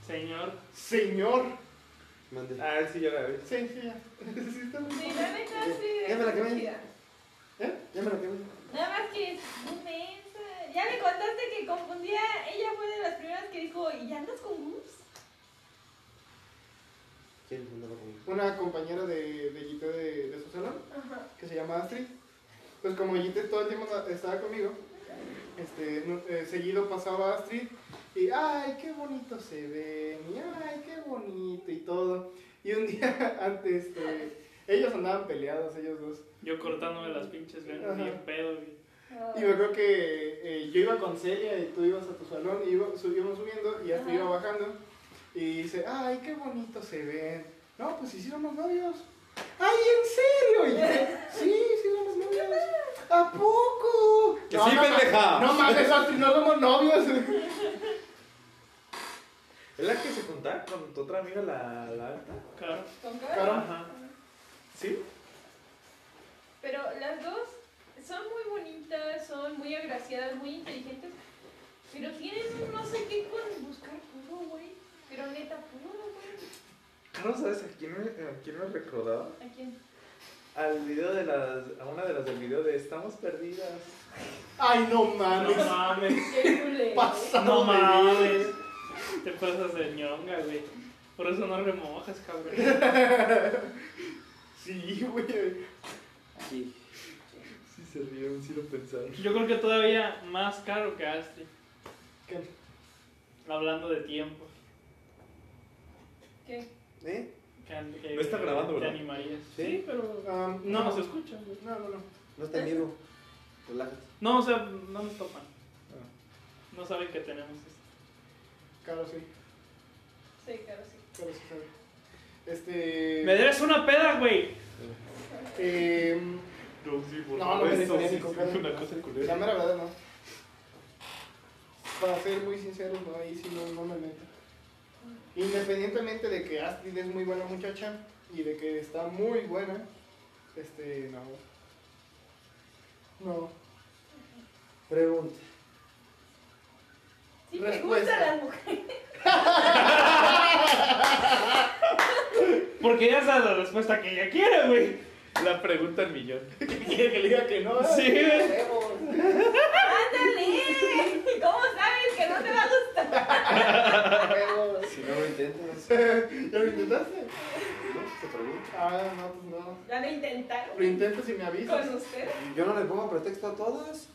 Señor.
señor.
Mande.
A ver si yo la veo.
Sí, sí, ya. Sí, está muy- ¿Eh?
Sí, la neta, sí.
Ya me la quemé.
chida.
Ya me lo quemé.
Nada más que es un mensa. Ya le contaste que confundía. Ella fue de las primeras que dijo, ¿y ya andas con Gus?
¿Quién andaba conmigo?
Una compañera de, de Yité de, de su salón,
Ajá.
que se llama Astrid. Pues como Yite todo el tiempo estaba conmigo, este, no- eh, seguido pasaba Astrid y ay, qué bonito se ven, y ay, qué bonito y todo. Y un día antes, este, ellos andaban peleados, ellos dos.
Yo cortándome las pinches venas,
Ajá.
bien pedo, güey.
Y me acuerdo que eh, yo iba con Celia y tú ibas a tu salón y iba, sub- íbamos subiendo y hasta
Ajá.
iba bajando. Y dice, ay, qué bonito se ven. No, pues sí, sí somos novios. ¡Ay, en serio! Y dice, sí, sí somos novios. ¿A poco?
¡Que sí,
ma-
pendeja!
No mames, Astrid, no somos novios.
¿Es la que se juntaba con tu otra amiga, la, la alta?
Claro.
¿Con cara?
Claro.
Ajá. ¿Sí?
Pero las dos son muy bonitas, son muy agraciadas, muy inteligentes. Pero tienen un no sé qué con buscar puro, güey. Pero neta, puro, güey.
Carlos, ¿sabes a quién me, a quién me recordaba?
¿A quién?
Al video de las. a una de las del video de Estamos Perdidas.
Ay, no
No
mames.
mames.
Qué culero.
Pasado
No
de
mames.
ver.
Te pasas de ñonga, güey. Por eso no remojas, cabrón.
Sí, güey.
Sí.
Sí, se rieron, sí lo pensaron.
Yo creo que todavía más caro que Astrid.
¿Qué?
Hablando de tiempo.
¿Qué?
¿Eh?
que- que-
No está grabando,
Te
¿verdad?
animarías.
Sí.
Sí, pero.
Um,
No,
no,
se escucha, güey.
no, no, no.
No está en vivo. Relájate.
No, o sea, no nos topan.
Ah.
No saben que tenemos esto.
Claro, sí.
Sí, claro, sí.
Claro, sí, sabe. Este.
Me debes una peda, güey.
em,
No, sí, por
No, no me
supuesto,
gustaría
sí,
ni
sí,
coger.
Una cosa
La
culera.
mera verdad, no. Para ser muy sincero, no, ahí sí no, no me meto. Independientemente de que Astrid es muy buena muchacha y de que está muy buena, este, no. No.
Pregunta.
Sí, me
Respuesta.
gustan las mujeres.
Porque ya sabes la respuesta que ella quiere, güey.
La pregunta al millón.
¿Quiere que le diga que no?
Sí.
huevos.
¡Ándale! ¿Cómo sabes que no te va a gustar?
Huevos.
Si no lo intentas,
Ah, ¿Ya lo intentaste?
no, te pregunto.
Ah, no, pues no.
¿Ya lo intentaron?
Lo intentas y me avisas.
¿Con usted?
Yo no le pongo pretexto a todas.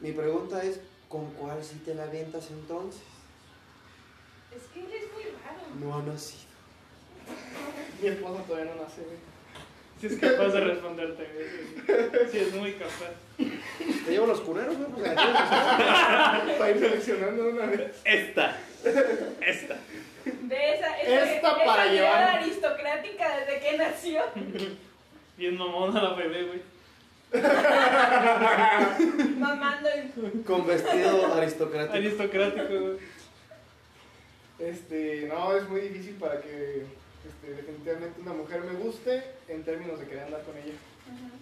Mi pregunta es, ¿con cuál sí te la avientas entonces?
Es que él es muy raro.
No ha nacido.
Mi esposa todavía no nace, güey.
Si es capaz de responderte, güey. Si es muy capaz.
Te llevo los culeros, güey, porque la tienes
Para ir seleccionando una vez.
Esta. Esta.
De esa, esa,
Esta
esa
para
mirada
llevar.
aristocrática desde que nació.
Bien mamona la bebé, güey.
Mamando el...
Con vestido aristocrático.
Aristocrático, güey.
Este, no, es muy difícil para que este, definitivamente una mujer me guste en términos de querer andar con ella.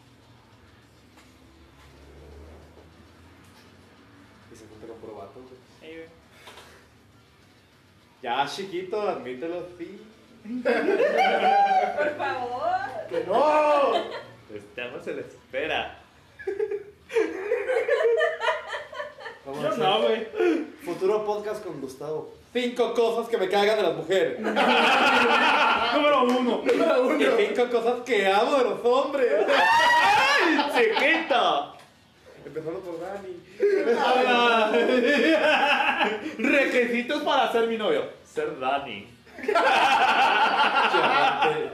Y se junta con puro vato, güey.
Ahí, güey.
Ya, chiquito, admítelo, sí.
Por favor.
¡Que no! Pues Estamos en la espera.
Yo no, güey.
Futuro podcast con Gustavo. Cinco cosas que me cagan de las mujeres.
Número uno.
Y cinco cosas que amo de los hombres. ¡Ay, chiquito! Empezando por Dani. Requisitos para ser mi novio. Ser Dani. Llamarte.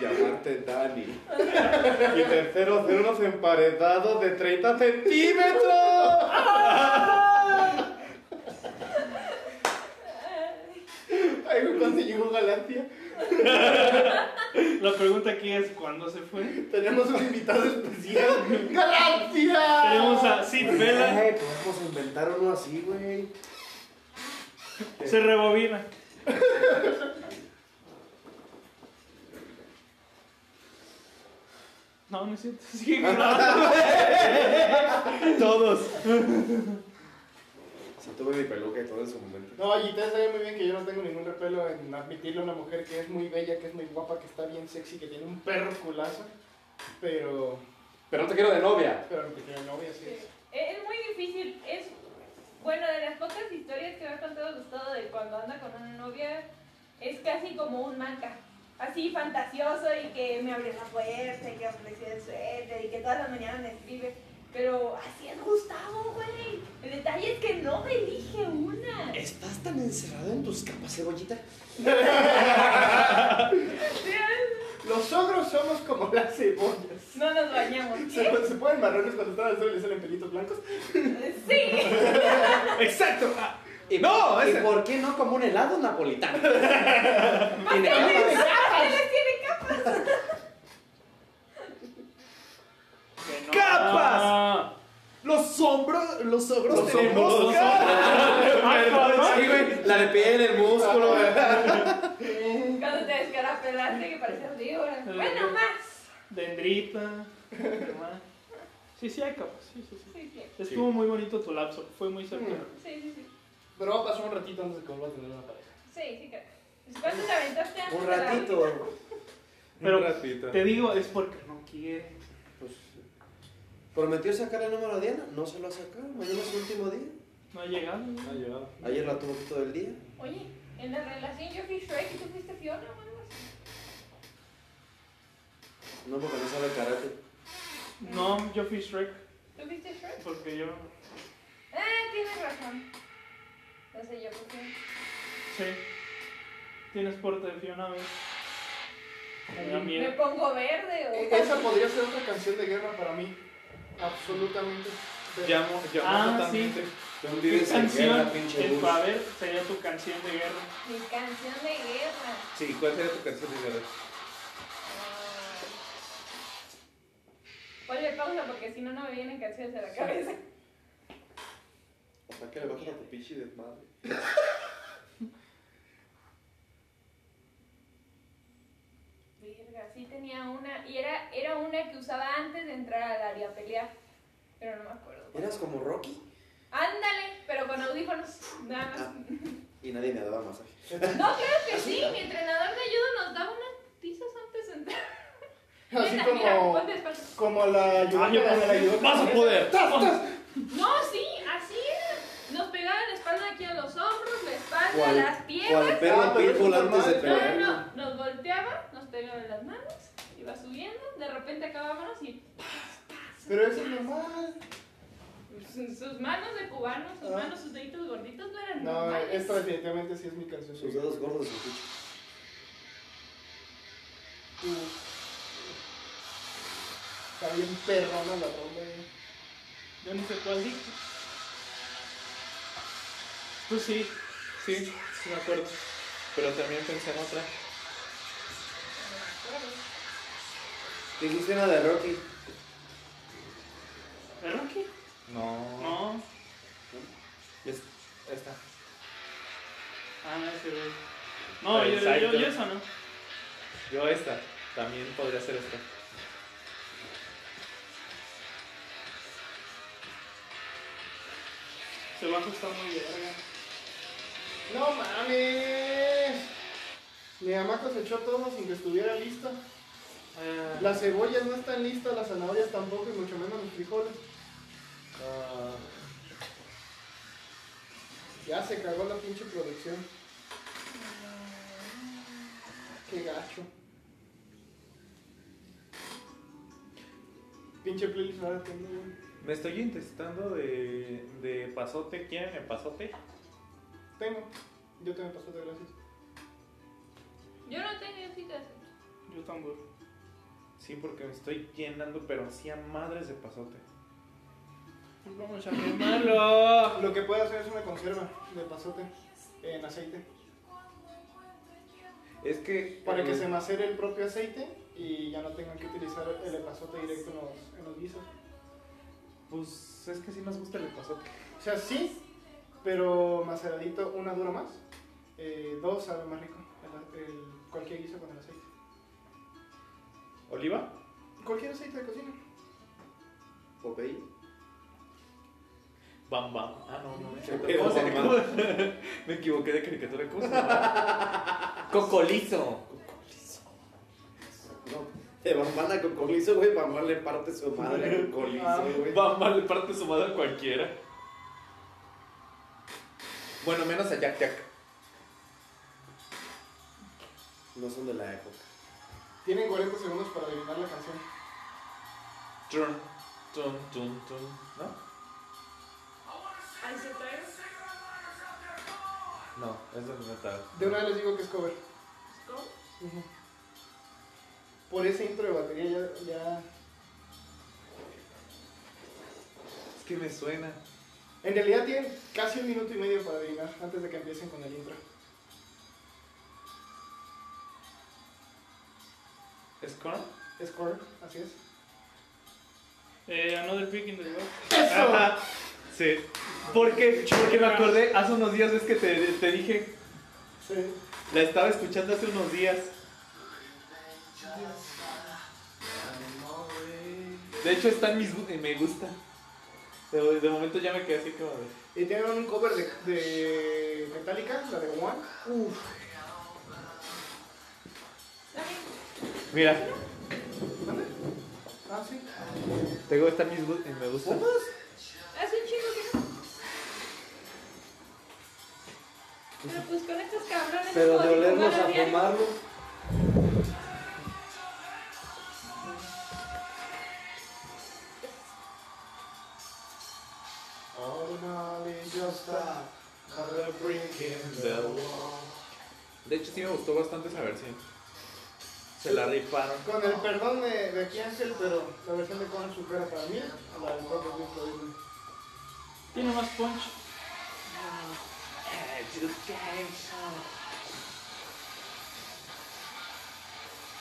Llamarte Dani. Y tercero, ser unos emparedados de 30 centímetros.
Ay, güey, cuando llegó Galantia,
La pregunta aquí es: ¿cuándo se fue?
tenemos un invitado especial. ¡Galantia!
Tenemos a Sid Vela.
Ay, podemos inventar uno así, güey.
Se rebobina. No, no es cierto. Sigue grabando.
Todos. Sí, tuve mi peluca y todo en su momento.
No, y ustedes saben muy bien que yo no tengo ningún repelo en admitirle a una mujer que es muy bella, que es muy guapa, que está bien sexy, que tiene un perro culazo, pero...
Pero no te quiero de novia.
Pero que tiene novia, sí.
Sí. Es es muy difícil. Es bueno de las pocas historias que me ha contado Gustavo de cuando anda con una novia es casi como un manga. Así fantasioso y que me abre la puerta y que ofreció el suéter y que todas las mañanas me escribe. Pero así es Gustavo, güey. El detalle es que no me elige una.
¿Estás tan encerrado en tus capas, cebollita?
Los ogros somos como las cebollas.
No nos bañamos.
Se,
¿eh?
se ponen marrones cuando están al sol y les salen pelitos blancos.
Sí.
¡Exacto!
¿Y,
No,
¿Y
ese-
por qué no como un helado napolitano? Tiene
Pasteles,
capas.
pasteles tiene capa.
Que no.
¡Capas! Los hombros, los ogros
Los
tenemos
hombros, los
Ah,
Sí, güey, la de piel, el músculo.
Cuando te descarapelaste que parecías víbora. Bueno, más.
Dendrita. demás. Sí, sí, hay capas. Sí, sí, sí.
Sí, sí,
Estuvo muy bonito tu lapso. Fue muy cercano.
sí, sí. sí.
Pero va a pasar un ratito antes de que vuelva a tener una pareja.
Sí, sí, claro. ¿Cuánto te aventaste antes?
Un
de la-
ratito.
Pero-
Un ratito.
Te digo, es porque no quiere.
Pues, prometió sacar el número a Diana, no se lo ha sacado. Mañana es su último día.
No ha llegado.
Ah,
Ha llegado.
Ayer la tuvo todo el día.
Oye, en la relación yo fui Shrek y tú fuiste Fiona o algo así.
No, porque no sabe karate.
No, yo fui Shrek.
¿Tú fuiste Shrek?
Porque yo.
Ah, tienes razón. No sé yo por qué.
Sí. Tienes porte de Fiona, ¿ves? Me da
Me
miedo.
pongo verde o.
Esa podría ser otra canción de guerra para mí. Absolutamente.
Llamo, llamo
Ah,
totalmente.
Tú un
¿Qué
día en
canción?
guerra, pinche
El
bus.
Pavel sería tu canción de guerra.
Mi canción de guerra.
Sí, ¿cuál sería tu canción de guerra?
Ah. Ponle pausa porque si no, no me vienen canciones a la cabeza.
Hasta que le bajen a tu pinche desmadre.
Verga, sí tenía una. Y era, era una que usaba antes de entrar al área a pelear. Pero no me acuerdo.
Eras como Rocky
Ándale, pero con audífonos. Nada más.
y nadie me daba masaje.
No, claro que sí. Mi entrenador de ayuda nos daba unas tizas antes de entrar.
Así
Mira, mira,
como,
ponte despacio.
como la ayuda.
yo
la
pensé-
ayuda.
¡Vas a poder!
No, sí, así era. Nos pegaba la espalda aquí a los hombros, la espalda, las
¿Cuál
piernas.
perro
Ah, pero eso
pitbull
es
antes de
normal.
No,
pelear?
no, no. Nos volteaba, nos pegaba en las manos, iba subiendo, de repente acabábamos y
Pero eso es normal.
sus, sus manos de cubano, sus
Ah.
manos, sus deditos gorditos no eran
No,
normales.
esta definitivamente sí es mi canción.
Sus dedos gordos de su cucho.
Está bien perrona la eh. ronda. güey.
Yo no sé cuál dije. Pues sí, sí, sí me acuerdo.
Pero también pensé en otra.
Dijiste una de Rocky.
¿De Rocky?
No.
No.
Es- esta.
Ah, no, ese güey. No, yo, yo, yo,
Exacto.
eso no.
Yo esta. También podría ser esta.
Se va a ajustar muy verga.
¡No mames! Mi mamá cosechó todo sin que estuviera lista.
Eh,
Las cebollas no están listas, las zanahorias tampoco y mucho menos los frijoles. Ah. ya se cagó la pinche producción. Qué gacho. Pinche playlist rara tengo, güey.
Me estoy intentando de, de pasote. ¿Quieren el pasote?
Tengo. Yo también paso de gracias.
Yo no tengo citas.
Yo tambor.
Sí, porque me estoy llenando, pero hacía madres de pasote.
Pues vamos a quemarlo.
Lo que puedo hacer es una conserva de pasote en aceite.
Es que.
Para que
eh,
se macere el propio aceite y ya no tengan que utilizar el epazote directo en los, en los guisos.
Pues es que sí nos gusta el pasote.
O sea, sí, pero maceradito, una dura más. Eh, dos sabe más rico. el- el- cualquier guiso con el aceite.
¿Oliva?
Cualquier aceite de cocina.
Popeye.
Bam Bam. Ah, no, no, no es cierto.
Pero
¿Cómo se
Bam
llama? Me equivoqué de caricatura. ¿Cómo se llama? Cocolizo.
No. Te bambala con colizo, güey. Bambala le parte su madre con
Ah.
colizo, güey.
Bam Bam le parte su madre a cualquiera. Bueno, menos a Jack Jack.
No son de la época.
Tienen 40 segundos para adivinar la canción.
Turn, turn, turn, turn. ¿No?
Ay, se trae.
No, es de metal.
De una vez les digo que es cover.
¿Cómo?
Ujú. Por ese intro de batería ya, ya...
Es que me suena.
En realidad tienen casi un minuto y medio para adivinar antes de que empiecen con el intro.
¿Es Korn?
Score, así es.
Eh, another pick in the box.
Ajá. Sí. Porque, porque me acordé hace unos días, es que te, te dije,
Sí.
la estaba escuchando hace unos días. De hecho, está en mis gu- en me gusta. De, de momento ya me quedé así como de.
Y tienen un cover de, de Metallica, la de One. Uf,
Mira,
¿dónde? Ah, sí.
tengo está en mis gu- en me gusta.
Hace un chingo que no. Pero pues con estos cabrones. es
Pero
como
de
si
olerlos
fumara
a
diario.
fumarlo.
Ordinarily just a another brick in the wall.
De hecho, sí me gustó bastante esa versión. Se la rifaron.
Con el perdón de, de aquí Ángel, pero la versión de Conan supera para mí a la del propio Pink Floyd.
Tiene más punch.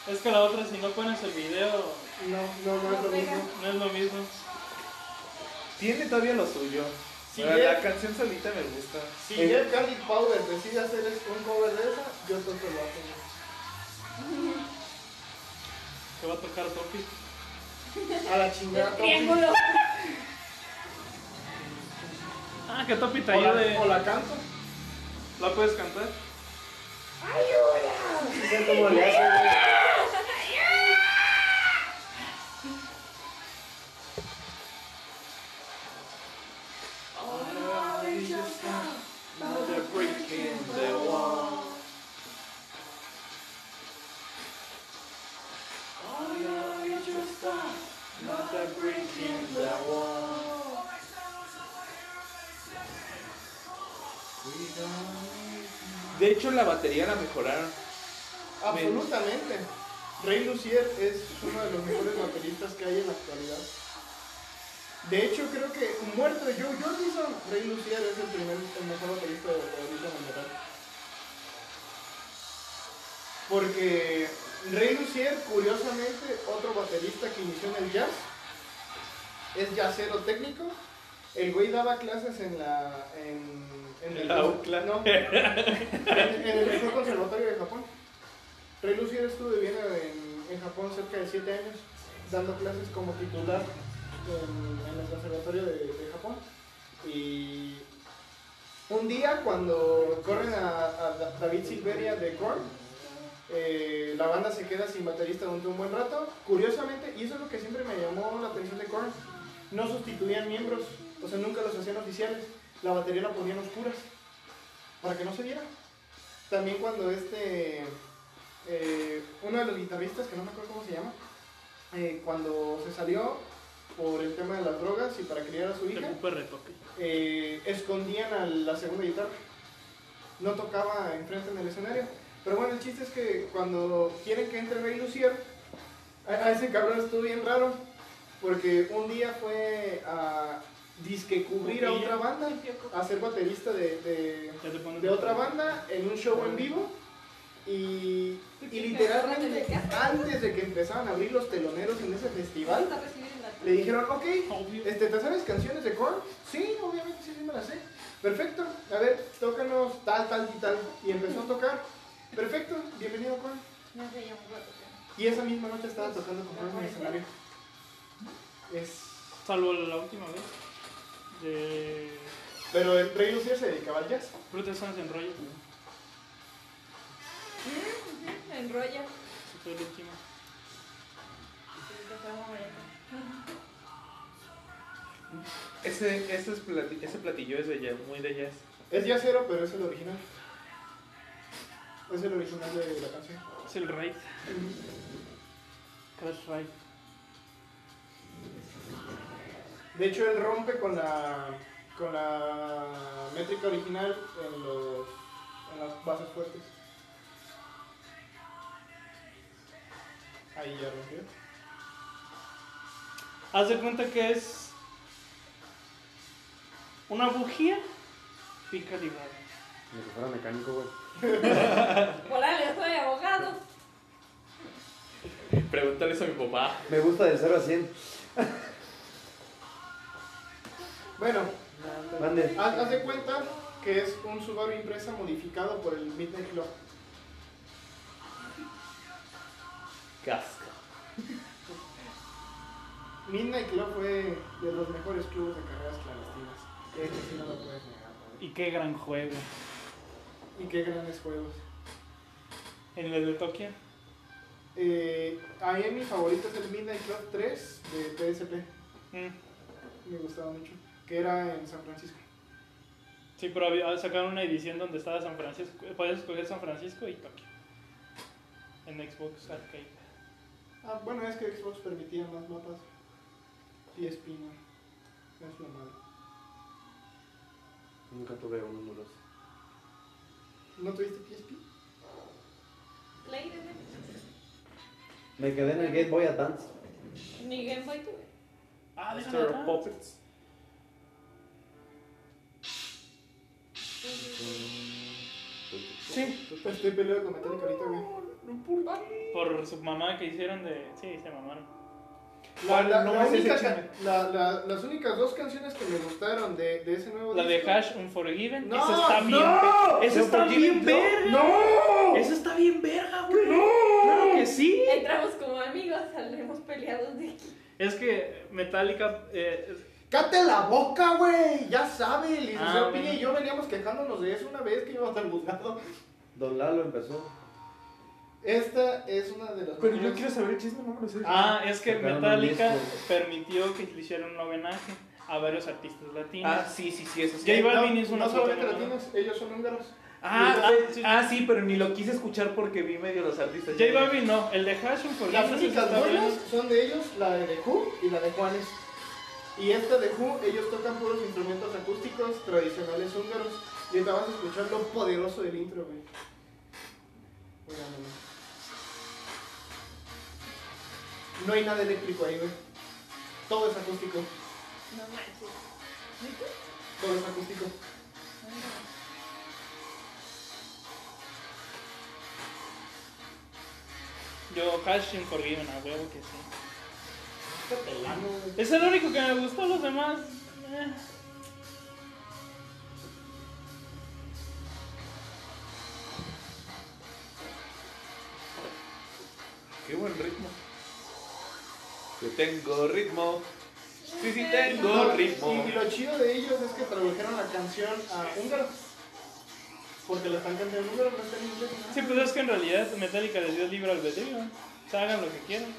Es que la otra, si no pones el video,
No, no, no es lo
No pega.
mismo.
no es lo mismo.
Tiene todavía lo suyo.
Sí,
Pero
¿eh?
la canción solita me gusta.
Si Jeff Garlic Powder decide hacer un cover de esa, yo todo lo hago.
Te va a tocar Topi.
A la chingada. Topi.
Triángulo.
Ah, que Topi te
O la-
ayude.
o la canto.
¿La puedes cantar?
¿Saben cómo le hacen, güey?
De hecho, la batería la mejoraron.
Absolutamente. Rey Lucier es uno de los mejores bateristas que hay en la actualidad. De hecho, creo que muerto de Joe Jordison, Rey Lucier es el, primer, el mejor baterista de ahorita en el metal. Porque Rey Lucier, curiosamente, otro baterista que inició en el jazz, es jazzero técnico, El güey daba clases en la. En, en
En la UCLA.
No. en, en el mejor conservatorio de Japón. Rey Lucier estuvo viviendo en, en Japón cerca de 7 años, dando clases como titular en, en el conservatorio de, de Japón. Y. Un día, cuando corren a, a Da- David Silveria de Korn, eh, la banda se queda sin baterista durante un buen rato. Curiosamente, y eso es lo que siempre me llamó la atención de Korn, no sustituían miembros, o sea, nunca los hacían oficiales. La batería la ponían oscuras, para que no se viera. También cuando este, eh, uno de los guitarristas, que no me acuerdo cómo se llama, eh, cuando se salió por el tema de las drogas y para criar a su
Te
hija,
ocupa retoque.
eh, escondían a la segunda guitarra. No tocaba enfrente en el escenario. Pero bueno, el chiste es que cuando quieren que entre Rey Lucier, a, a ese cabrón estuvo bien raro. Porque un día fue a disque cubrir a otra banda, a ser baterista de- de,
Ya te pones
de otra banda en un show en vivo y, y literalmente antes de que empezaban a abrir los teloneros en ese festival le dijeron, ok,
Obvio.
este, ¿te sabes canciones de Korn? Sí, obviamente sí, sí me las sé. Perfecto, a ver, tócanos tal, tal y tal. Y empezó a tocar. Perfecto, bienvenido Korn.
No sé, yo me voy a tocar.
Y esa misma noche estaba tocando con Korn en el escenario. Es...
Salvo la última vez. De.
Pero el Rey Lucier se dedicaba al jazz.
Protestants en rollo.
Mm, ujú, Enrolla.
Esa fue la última.
Ese, ese, es plati- ese platillo es de jazz, muy de jazz.
Es jazzero, pero es el original. Es el original de la canción.
Es el raid. Crash raid.
De hecho, él rompe con la, con la métrica original en, los, en las bases fuertes. Ahí ya rompió.
Haz de cuenta que es. Una bujía. Pica librada.
Ni que fuera mecánico, güey.
Hola, yo soy abogado.
Pregúntale eso a mi papá.
Me gusta del 0 a 100.
Bueno,
Mande.
haz, haz de cuenta que es un Subaru impresa modificado por el Midnight Club.
Casca.
Midnight Club fue de los mejores clubes de carreras clandestinas. Eso sí no lo puedes negar. ¿vale?
Y qué gran juego.
Y qué grandes juegos.
En el de Tokio.
Eh, a mí mi favorito es el Midnight Club 3 de PSP.
Mm.
Me gustaba mucho. Que era en San Francisco.
Sí, pero había, ah, sacaron una edición donde estaba San Francisco. eh, Puedes escoger San Francisco y Tokio. En Xbox Arcade.
Ah, bueno, es que Xbox permitía más mapas. PSP no. Es lo malo.
Nunca tuve uno nulos.
¿No tuviste PSP?
Play de
Me quedé en el Game Boy Advance.
Ni Game Boy tuve.
Ah, déjame
Mr.
atrás.
Puppets.
Sí. Pues Estoy peleado con Metallica ahorita, güey.
Por su mamá que hicieron de. Sí, se mamaron.
La, la-
No
la
me sé
única
ese
ca-
chisme.
la- la- las únicas dos canciones que me gustaron de, de ese nuevo
La de
disco-
Hash Unforgiven.
No,
esa está bien.
no.
ver- Esa está bien verga.
¡No!
Esa está bien verga, güey. Claro que sí.
Entramos como amigos, saldremos peleados de aquí.
Es que Metallica. eh,
¡Cate la boca, güey! Ya sabe, el licenciado
Ah,
Piña
bueno.
y yo veníamos quejándonos de eso una vez que íbamos al juzgado.
Don Lalo empezó.
Esta es una de las.
Pero yo
canciones-
quiero saber el chisme, no me lo sé.
ah, es que
Sacaron un
Metallica
disco.
permitió que le hicieran un homenaje a varios artistas latinos.
Ah, sí, sí, sí, eso sí.
J Balvin
Eh, No,
es una
no solamente
puta mamada.
latinos, ellos son húngaros.
Ah,
J
ah,
Balvin, sí.
ah, sí, pero ni lo quise escuchar porque vi medio los artistas.
J Balvin no, el de Hash Unforgiven.
Las
esa
únicas
está bien.
buenas son de ellos, la de The Who y la de Juanes. Y esta de Who, ellos tocan puros instrumentos acústicos tradicionales húngaros. Y ahorita vas a escuchar lo poderoso del intro, güey. Oigan, no. No hay nada eléctrico ahí, güey. Todo es acústico.
No manches.
Todo es acústico.
Yo Hash Unforgiven, a huevo que sí.
Está pelando, güey.
Es el único que me gustó, los demás. eh.
Qué buen ritmo. Yo tengo ritmo. Sí, sí, tengo ritmo.
Y, y lo chido de ellos es que tradujeron la canción a húngaro. Porque la están cantando en húngaro, no está en inglés. ¿no?
Sí, pues es que en realidad Metallica les dio libre albedrío. O sea, hagan lo que quieran.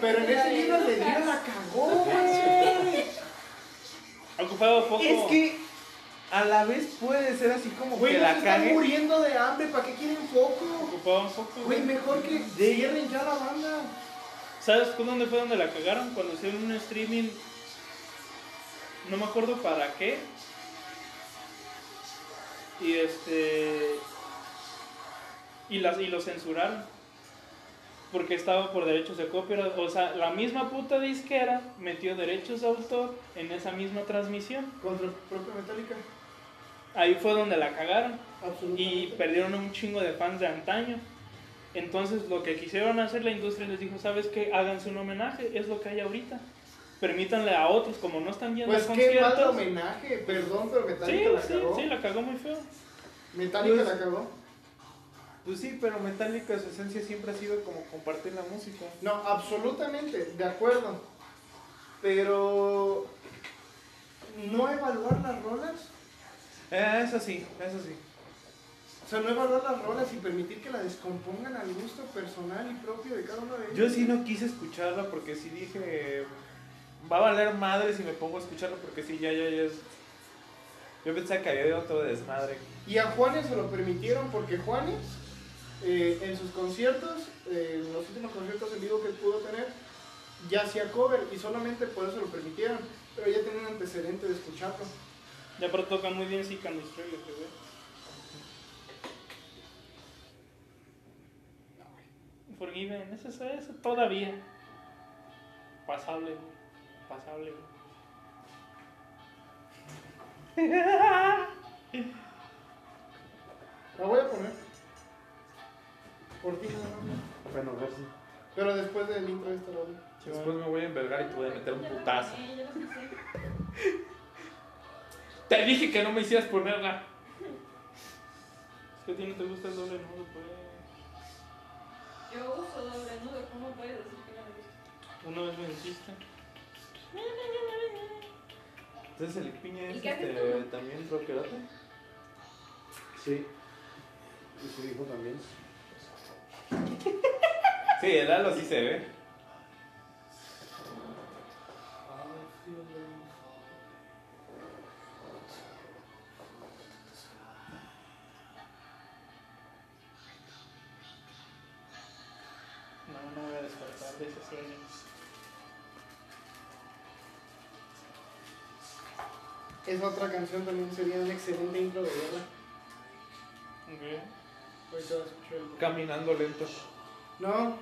Pero en ese libro el libro la cagó, güey.
Ocupado poco.
Es que a la vez puede ser así como
Güey,
que
no se
la
están
cague.
muriendo de hambre, ¿para qué quieren foco?
Ocupaba un poco.
Güey, mejor que cierren ya la banda.
¿Sabes cu- dónde fue donde la cagaron? Cuando hicieron un streaming. No me acuerdo para qué. Y este. Y, las, y lo censuraron. Porque estaba por derechos de copyright. O sea, la misma puta disquera metió derechos de autor en esa misma transmisión.
Contra el propio Metallica.
Ahí fue donde la cagaron. y
Absolutamente.
perdieron un chingo de fans de antaño. Entonces lo que quisieron hacer la industria les dijo, ¿sabes qué? Háganse un homenaje, es lo que hay ahorita. Permítanle a otros, como no están yendo
Pues
a
qué mal
conciertos.
homenaje, perdón, pero
sí,
Metallica la
sí,
cagó.
sí, la cagó muy feo.
Metallica la cagó.
Pues sí, pero Metallica su esencia siempre ha sido como compartir la música.
No, absolutamente, de acuerdo. Pero no evaluar las rolas,
Eh, eso sí, eso sí.
o sea, no evaluar las rolas y permitir que la descompongan al gusto personal y propio de cada uno de ellos.
Yo sí no quise escucharla porque sí dije. Va a valer madre si me pongo a escucharla porque sí, ya, ya, ya es. Yo pensaba que había de otro desmadre.
Y a Juanes se lo permitieron porque Juanes, eh, en sus conciertos, eh, en los últimos conciertos en vivo que pudo tener, ya hacía cover y solamente por eso lo permitieron. Pero ya tenía un antecedente de escucharlo.
Ya pero toca muy bien sí Can Destroy, lo que veo. Forgiven, eso es eso, todavía. Pasable, güey. pasable. güey.
La voy a poner. Por ti nada más.
Bueno, gracias.
Pero después del intro de esta rola.
Después me voy a envergar y te voy a meter un putazo.
Ya lo pensé.
Te dije que no me hicieras ponerla.
Es que a ti no te gusta el doble nudo, pues.
Yo uso doble nudo, ¿cómo puedes decir que no me gusta?
Una vez me dijiste.
Entonces el piña
¿Y
es
qué haces
este,
tú?
también rockerote.
Sí. Y su hijo también.
Sí, el halo sí se ve.
No, no voy a despertar de ese sueño.
Esa otra canción también sería un excelente intro de guerra.
Ok.
Ahorita la escucho yo.
Caminando lento.
No,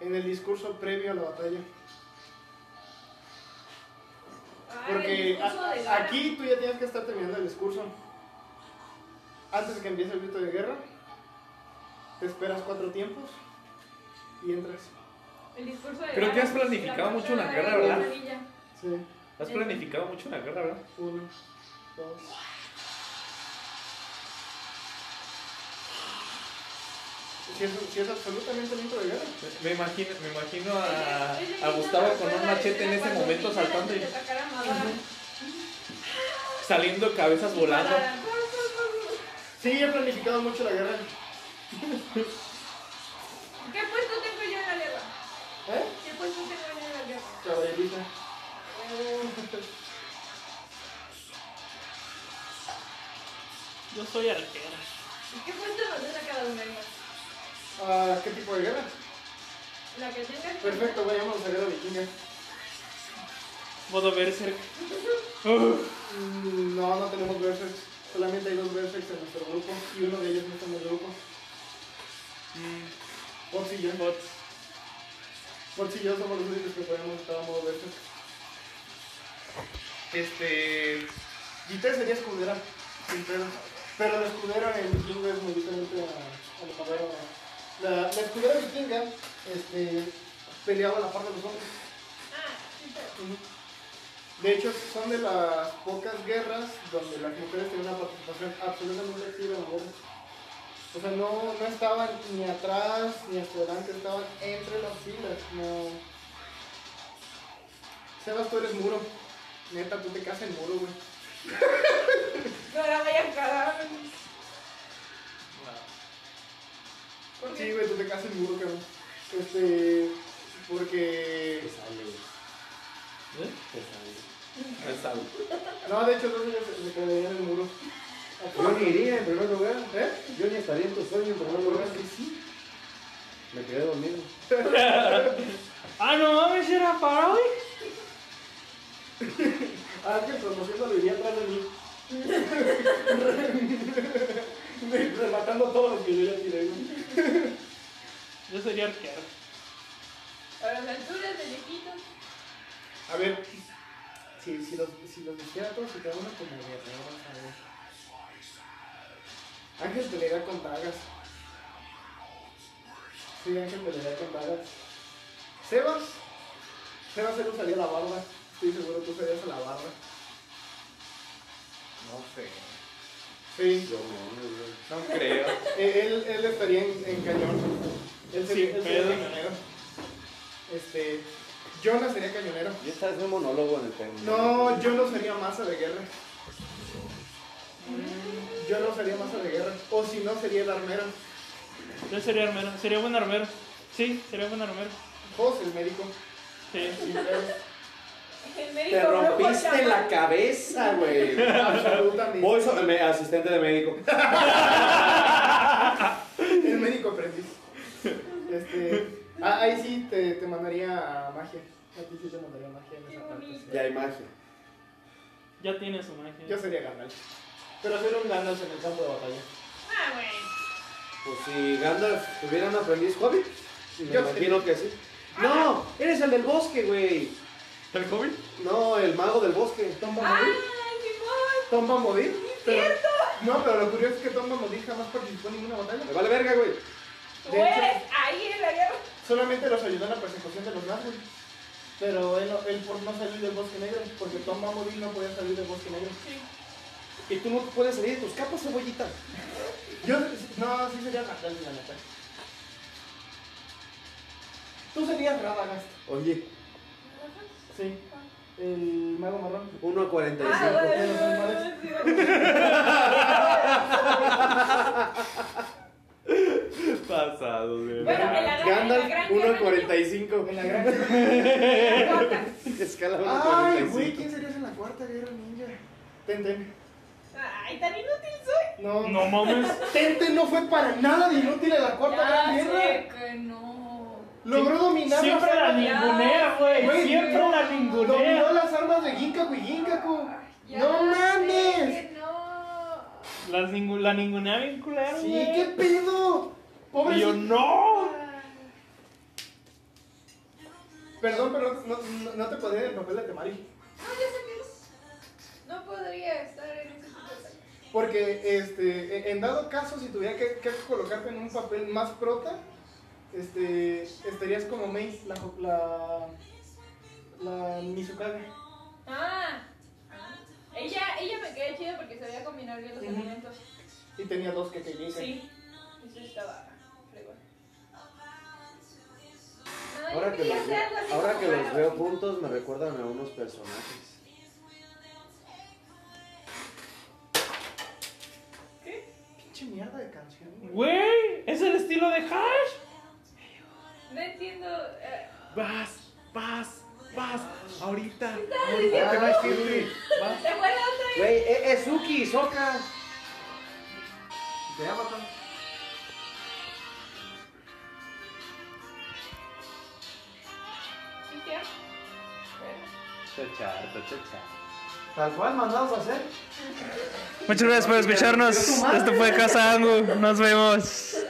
en el discurso previo a la batalla.
Ah, el
Porque
discurso
a-
de Gara.
aquí tú ya tienes que estar terminando el discurso. Antes de que empiece el grito de guerra, te esperas cuatro tiempos y entras.
El discurso de
Creo que
Gara,
has planificado
la
mucho una
parte
guerra,
de
¿verdad?
Maravilla.
Sí,
Has planificado mucho la guerra, ¿verdad?
uno, dos. Si es, si es absolutamente el intro de guerra.
Me imagino, me imagino a,
Oye, oye,
a
¿no
Gustavo
te
con un
acuerdas
machete en
de
ese
cuando
momento
Hitler
saltando
antes de
y
atacar a Madara?
saliendo cabezas volando.
Madara,
Sí, he planificado mucho la guerra.
¿Qué puesto tengo yo en la guerra?
¿Eh?
¿Qué puesto tengo yo en la guerra?
Caballerita.
Yo soy arquera.
¿Qué puesto nos den a cada una de ellas?
Ah, ¿Qué tipo de guerra?
La que tengas.
Perfecto, güey, vamos a guerra vikinga.
Modo Berserk.
Mm, No, no tenemos Berserks. Solamente hay dos Berserks en nuestro grupo y uno de ellos no está en el grupo. Fox y yo.
Bots.
Fox y yo somos los únicos que podemos estar a modo Berserk. Este. Gita sería escudera, sin pedo. Pero la escudera en vikingo es muy diferente a, a la cabrera. La, la escudera vikinga este, peleaba a la par de los hombres.
Ah, sí, pero.
De hecho, son de las pocas guerras donde las mujeres tienen una participación absolutamente activa en la guerra. O sea, no, no estaban ni atrás ni hacia adelante, estaban entre las filas. No. Sebas, tú eres muro. Neta, tú te casas en muro, güey.
No la voy a cagar. ¿Por
Sí,
qué?
güey, tú te casas en muro, cabrón. Este. Porque.
¿Eh?
No, de hecho, no se, se quedaría en el muro.
Yo ni iría en primer lugar.
¿Eh?
Yo ni estaría en tu sueño en primer lugar. Me quedé dormido.
Ah, no mames, era para hoy.
Ah, es que promoción lo iría atrás de mí. Re- Rematando todo lo que yo ya tiré, güey.
Yo sería arqueado.
A las alturas de viejitos.
A ver, si, si los, si los dijera todos y cada uno como guerreros, a ver. Ángel peleará con dagas. Sí, Ángel peleará con dagas. Sebas, Sebas él usaría la barba. Estoy seguro tú usarías la barba.
No sé.
Sí,
No creo.
eh, él, él estaría en, en cañón. Él
Sí,
sería, él sería
pedo.
cañonero. Este, Jonas sería cañonero.
Ya estás un monólogo en el tema.
No, yo no sería masa de guerra. Yo no sería masa de guerra. O si no, sería el armero.
Yo sería armero. Sería buen armero. Sí, sería buen armero.
Jos, el médico.
Sí.
Sin pedos.
El
Te
médico brujo
rompiste
chamán.
la cabeza, güey.
Absolutamente.
Voy sobre me- asistente de médico.
El médico aprendiz. Este, ah, ahí sí te, te mandaría a magia. A ti sí te mandaría magia en
Qué
esa parte.
bonito.
Ya hay magia.
Ya tiene su magia.
Yo sería Gandalf. Pero sería un Gandalf en el campo de batalla.
Ah, güey.
Pues si Gandalf tuviera un aprendiz hobbit, me
Yo
imagino que sí. No, eres el del bosque, güey.
¿El COVID?
No, el mago del bosque.
Tom
¡Ah,
Bombadil.
Simón!
Tom Bombadil. Pero, no, pero lo curioso es que Tom Bombadil jamás participó en ninguna batalla.
Me vale verga, güey.
Tú
De hecho-
eres ahí en la guerra.
Solamente los ayudó en la persecución de los nazgûl. Pero él, no- él por no salir del bosque negro, porque Tom Bombadil no podía salir del bosque negro.
Y tú no puedes salir de tus capas, cebollita.
Yo, no, sí sería Gandalf, la neta. Tú serías Radagast.
Oye,
Sí. El mago marrón.
1 a
Ah,
45.
de los animales.
bueno.
Pasado, güey.
Bueno, en la gran, en la
Gandalf,
gran
1 a
guerra,
45.
En la gran...
niño, corta.
Escala 1 a
Ay, güey,
45.
¿quién serías en la cuarta guerra ninja? Tenten.
Ay, tan inútil soy.
No,
No mames.
Tenten no fue para nada de inútil en la cuarta gran
Ya
guerra.
sé que no.
Logró dominar
Siempre
las
la
armas de-
ningunea, güey.
Güey,
Siempre la
Dominó
ningunea.
las armas de Ginkaku y Ginkaku.
Ya
¡No
sé
mames!
que no.
Las ningu- la ningunea bien culera,
Sí,
güey.
¿qué pedo? Pobre.
Y yo, no.
Perdón, pero no, no, no te podía el papel de Temari.
No, yo sé que es- no podría estar en ese tipo de
Porque, este, en- en dado caso, si tuviera que, que colocarte en un papel más prota, este, estarías como Mace, la, jo- la, la Mizukage.
Ah. Ah. Ella, ella me quedé chida porque sabía combinar bien los
Ujú.
alimentos.
Y tenía dos que te llegan.
Sí. Eso estaba fregón. No, yo
Ahora que,
quería
los,
hacer algo así
ahora
como
que los
raro.
veo juntos me recuerdan a unos personajes.
Pinche mierda de canción, güey.
Güey, es el estilo de Hash.
No entiendo. eh,
Vas, vas, vas. Ahorita.
Ah,
Ahorita te va a decir.
¿Te acuerdas otra vez?
Güey, e- es Suki, Soka.
Te Avatar.
Cintia?
Chacharta, chacharta.
Tal cual mandados a hacer.
Muchas gracias por escucharnos. Esto fue Casa Angu. Nos vemos.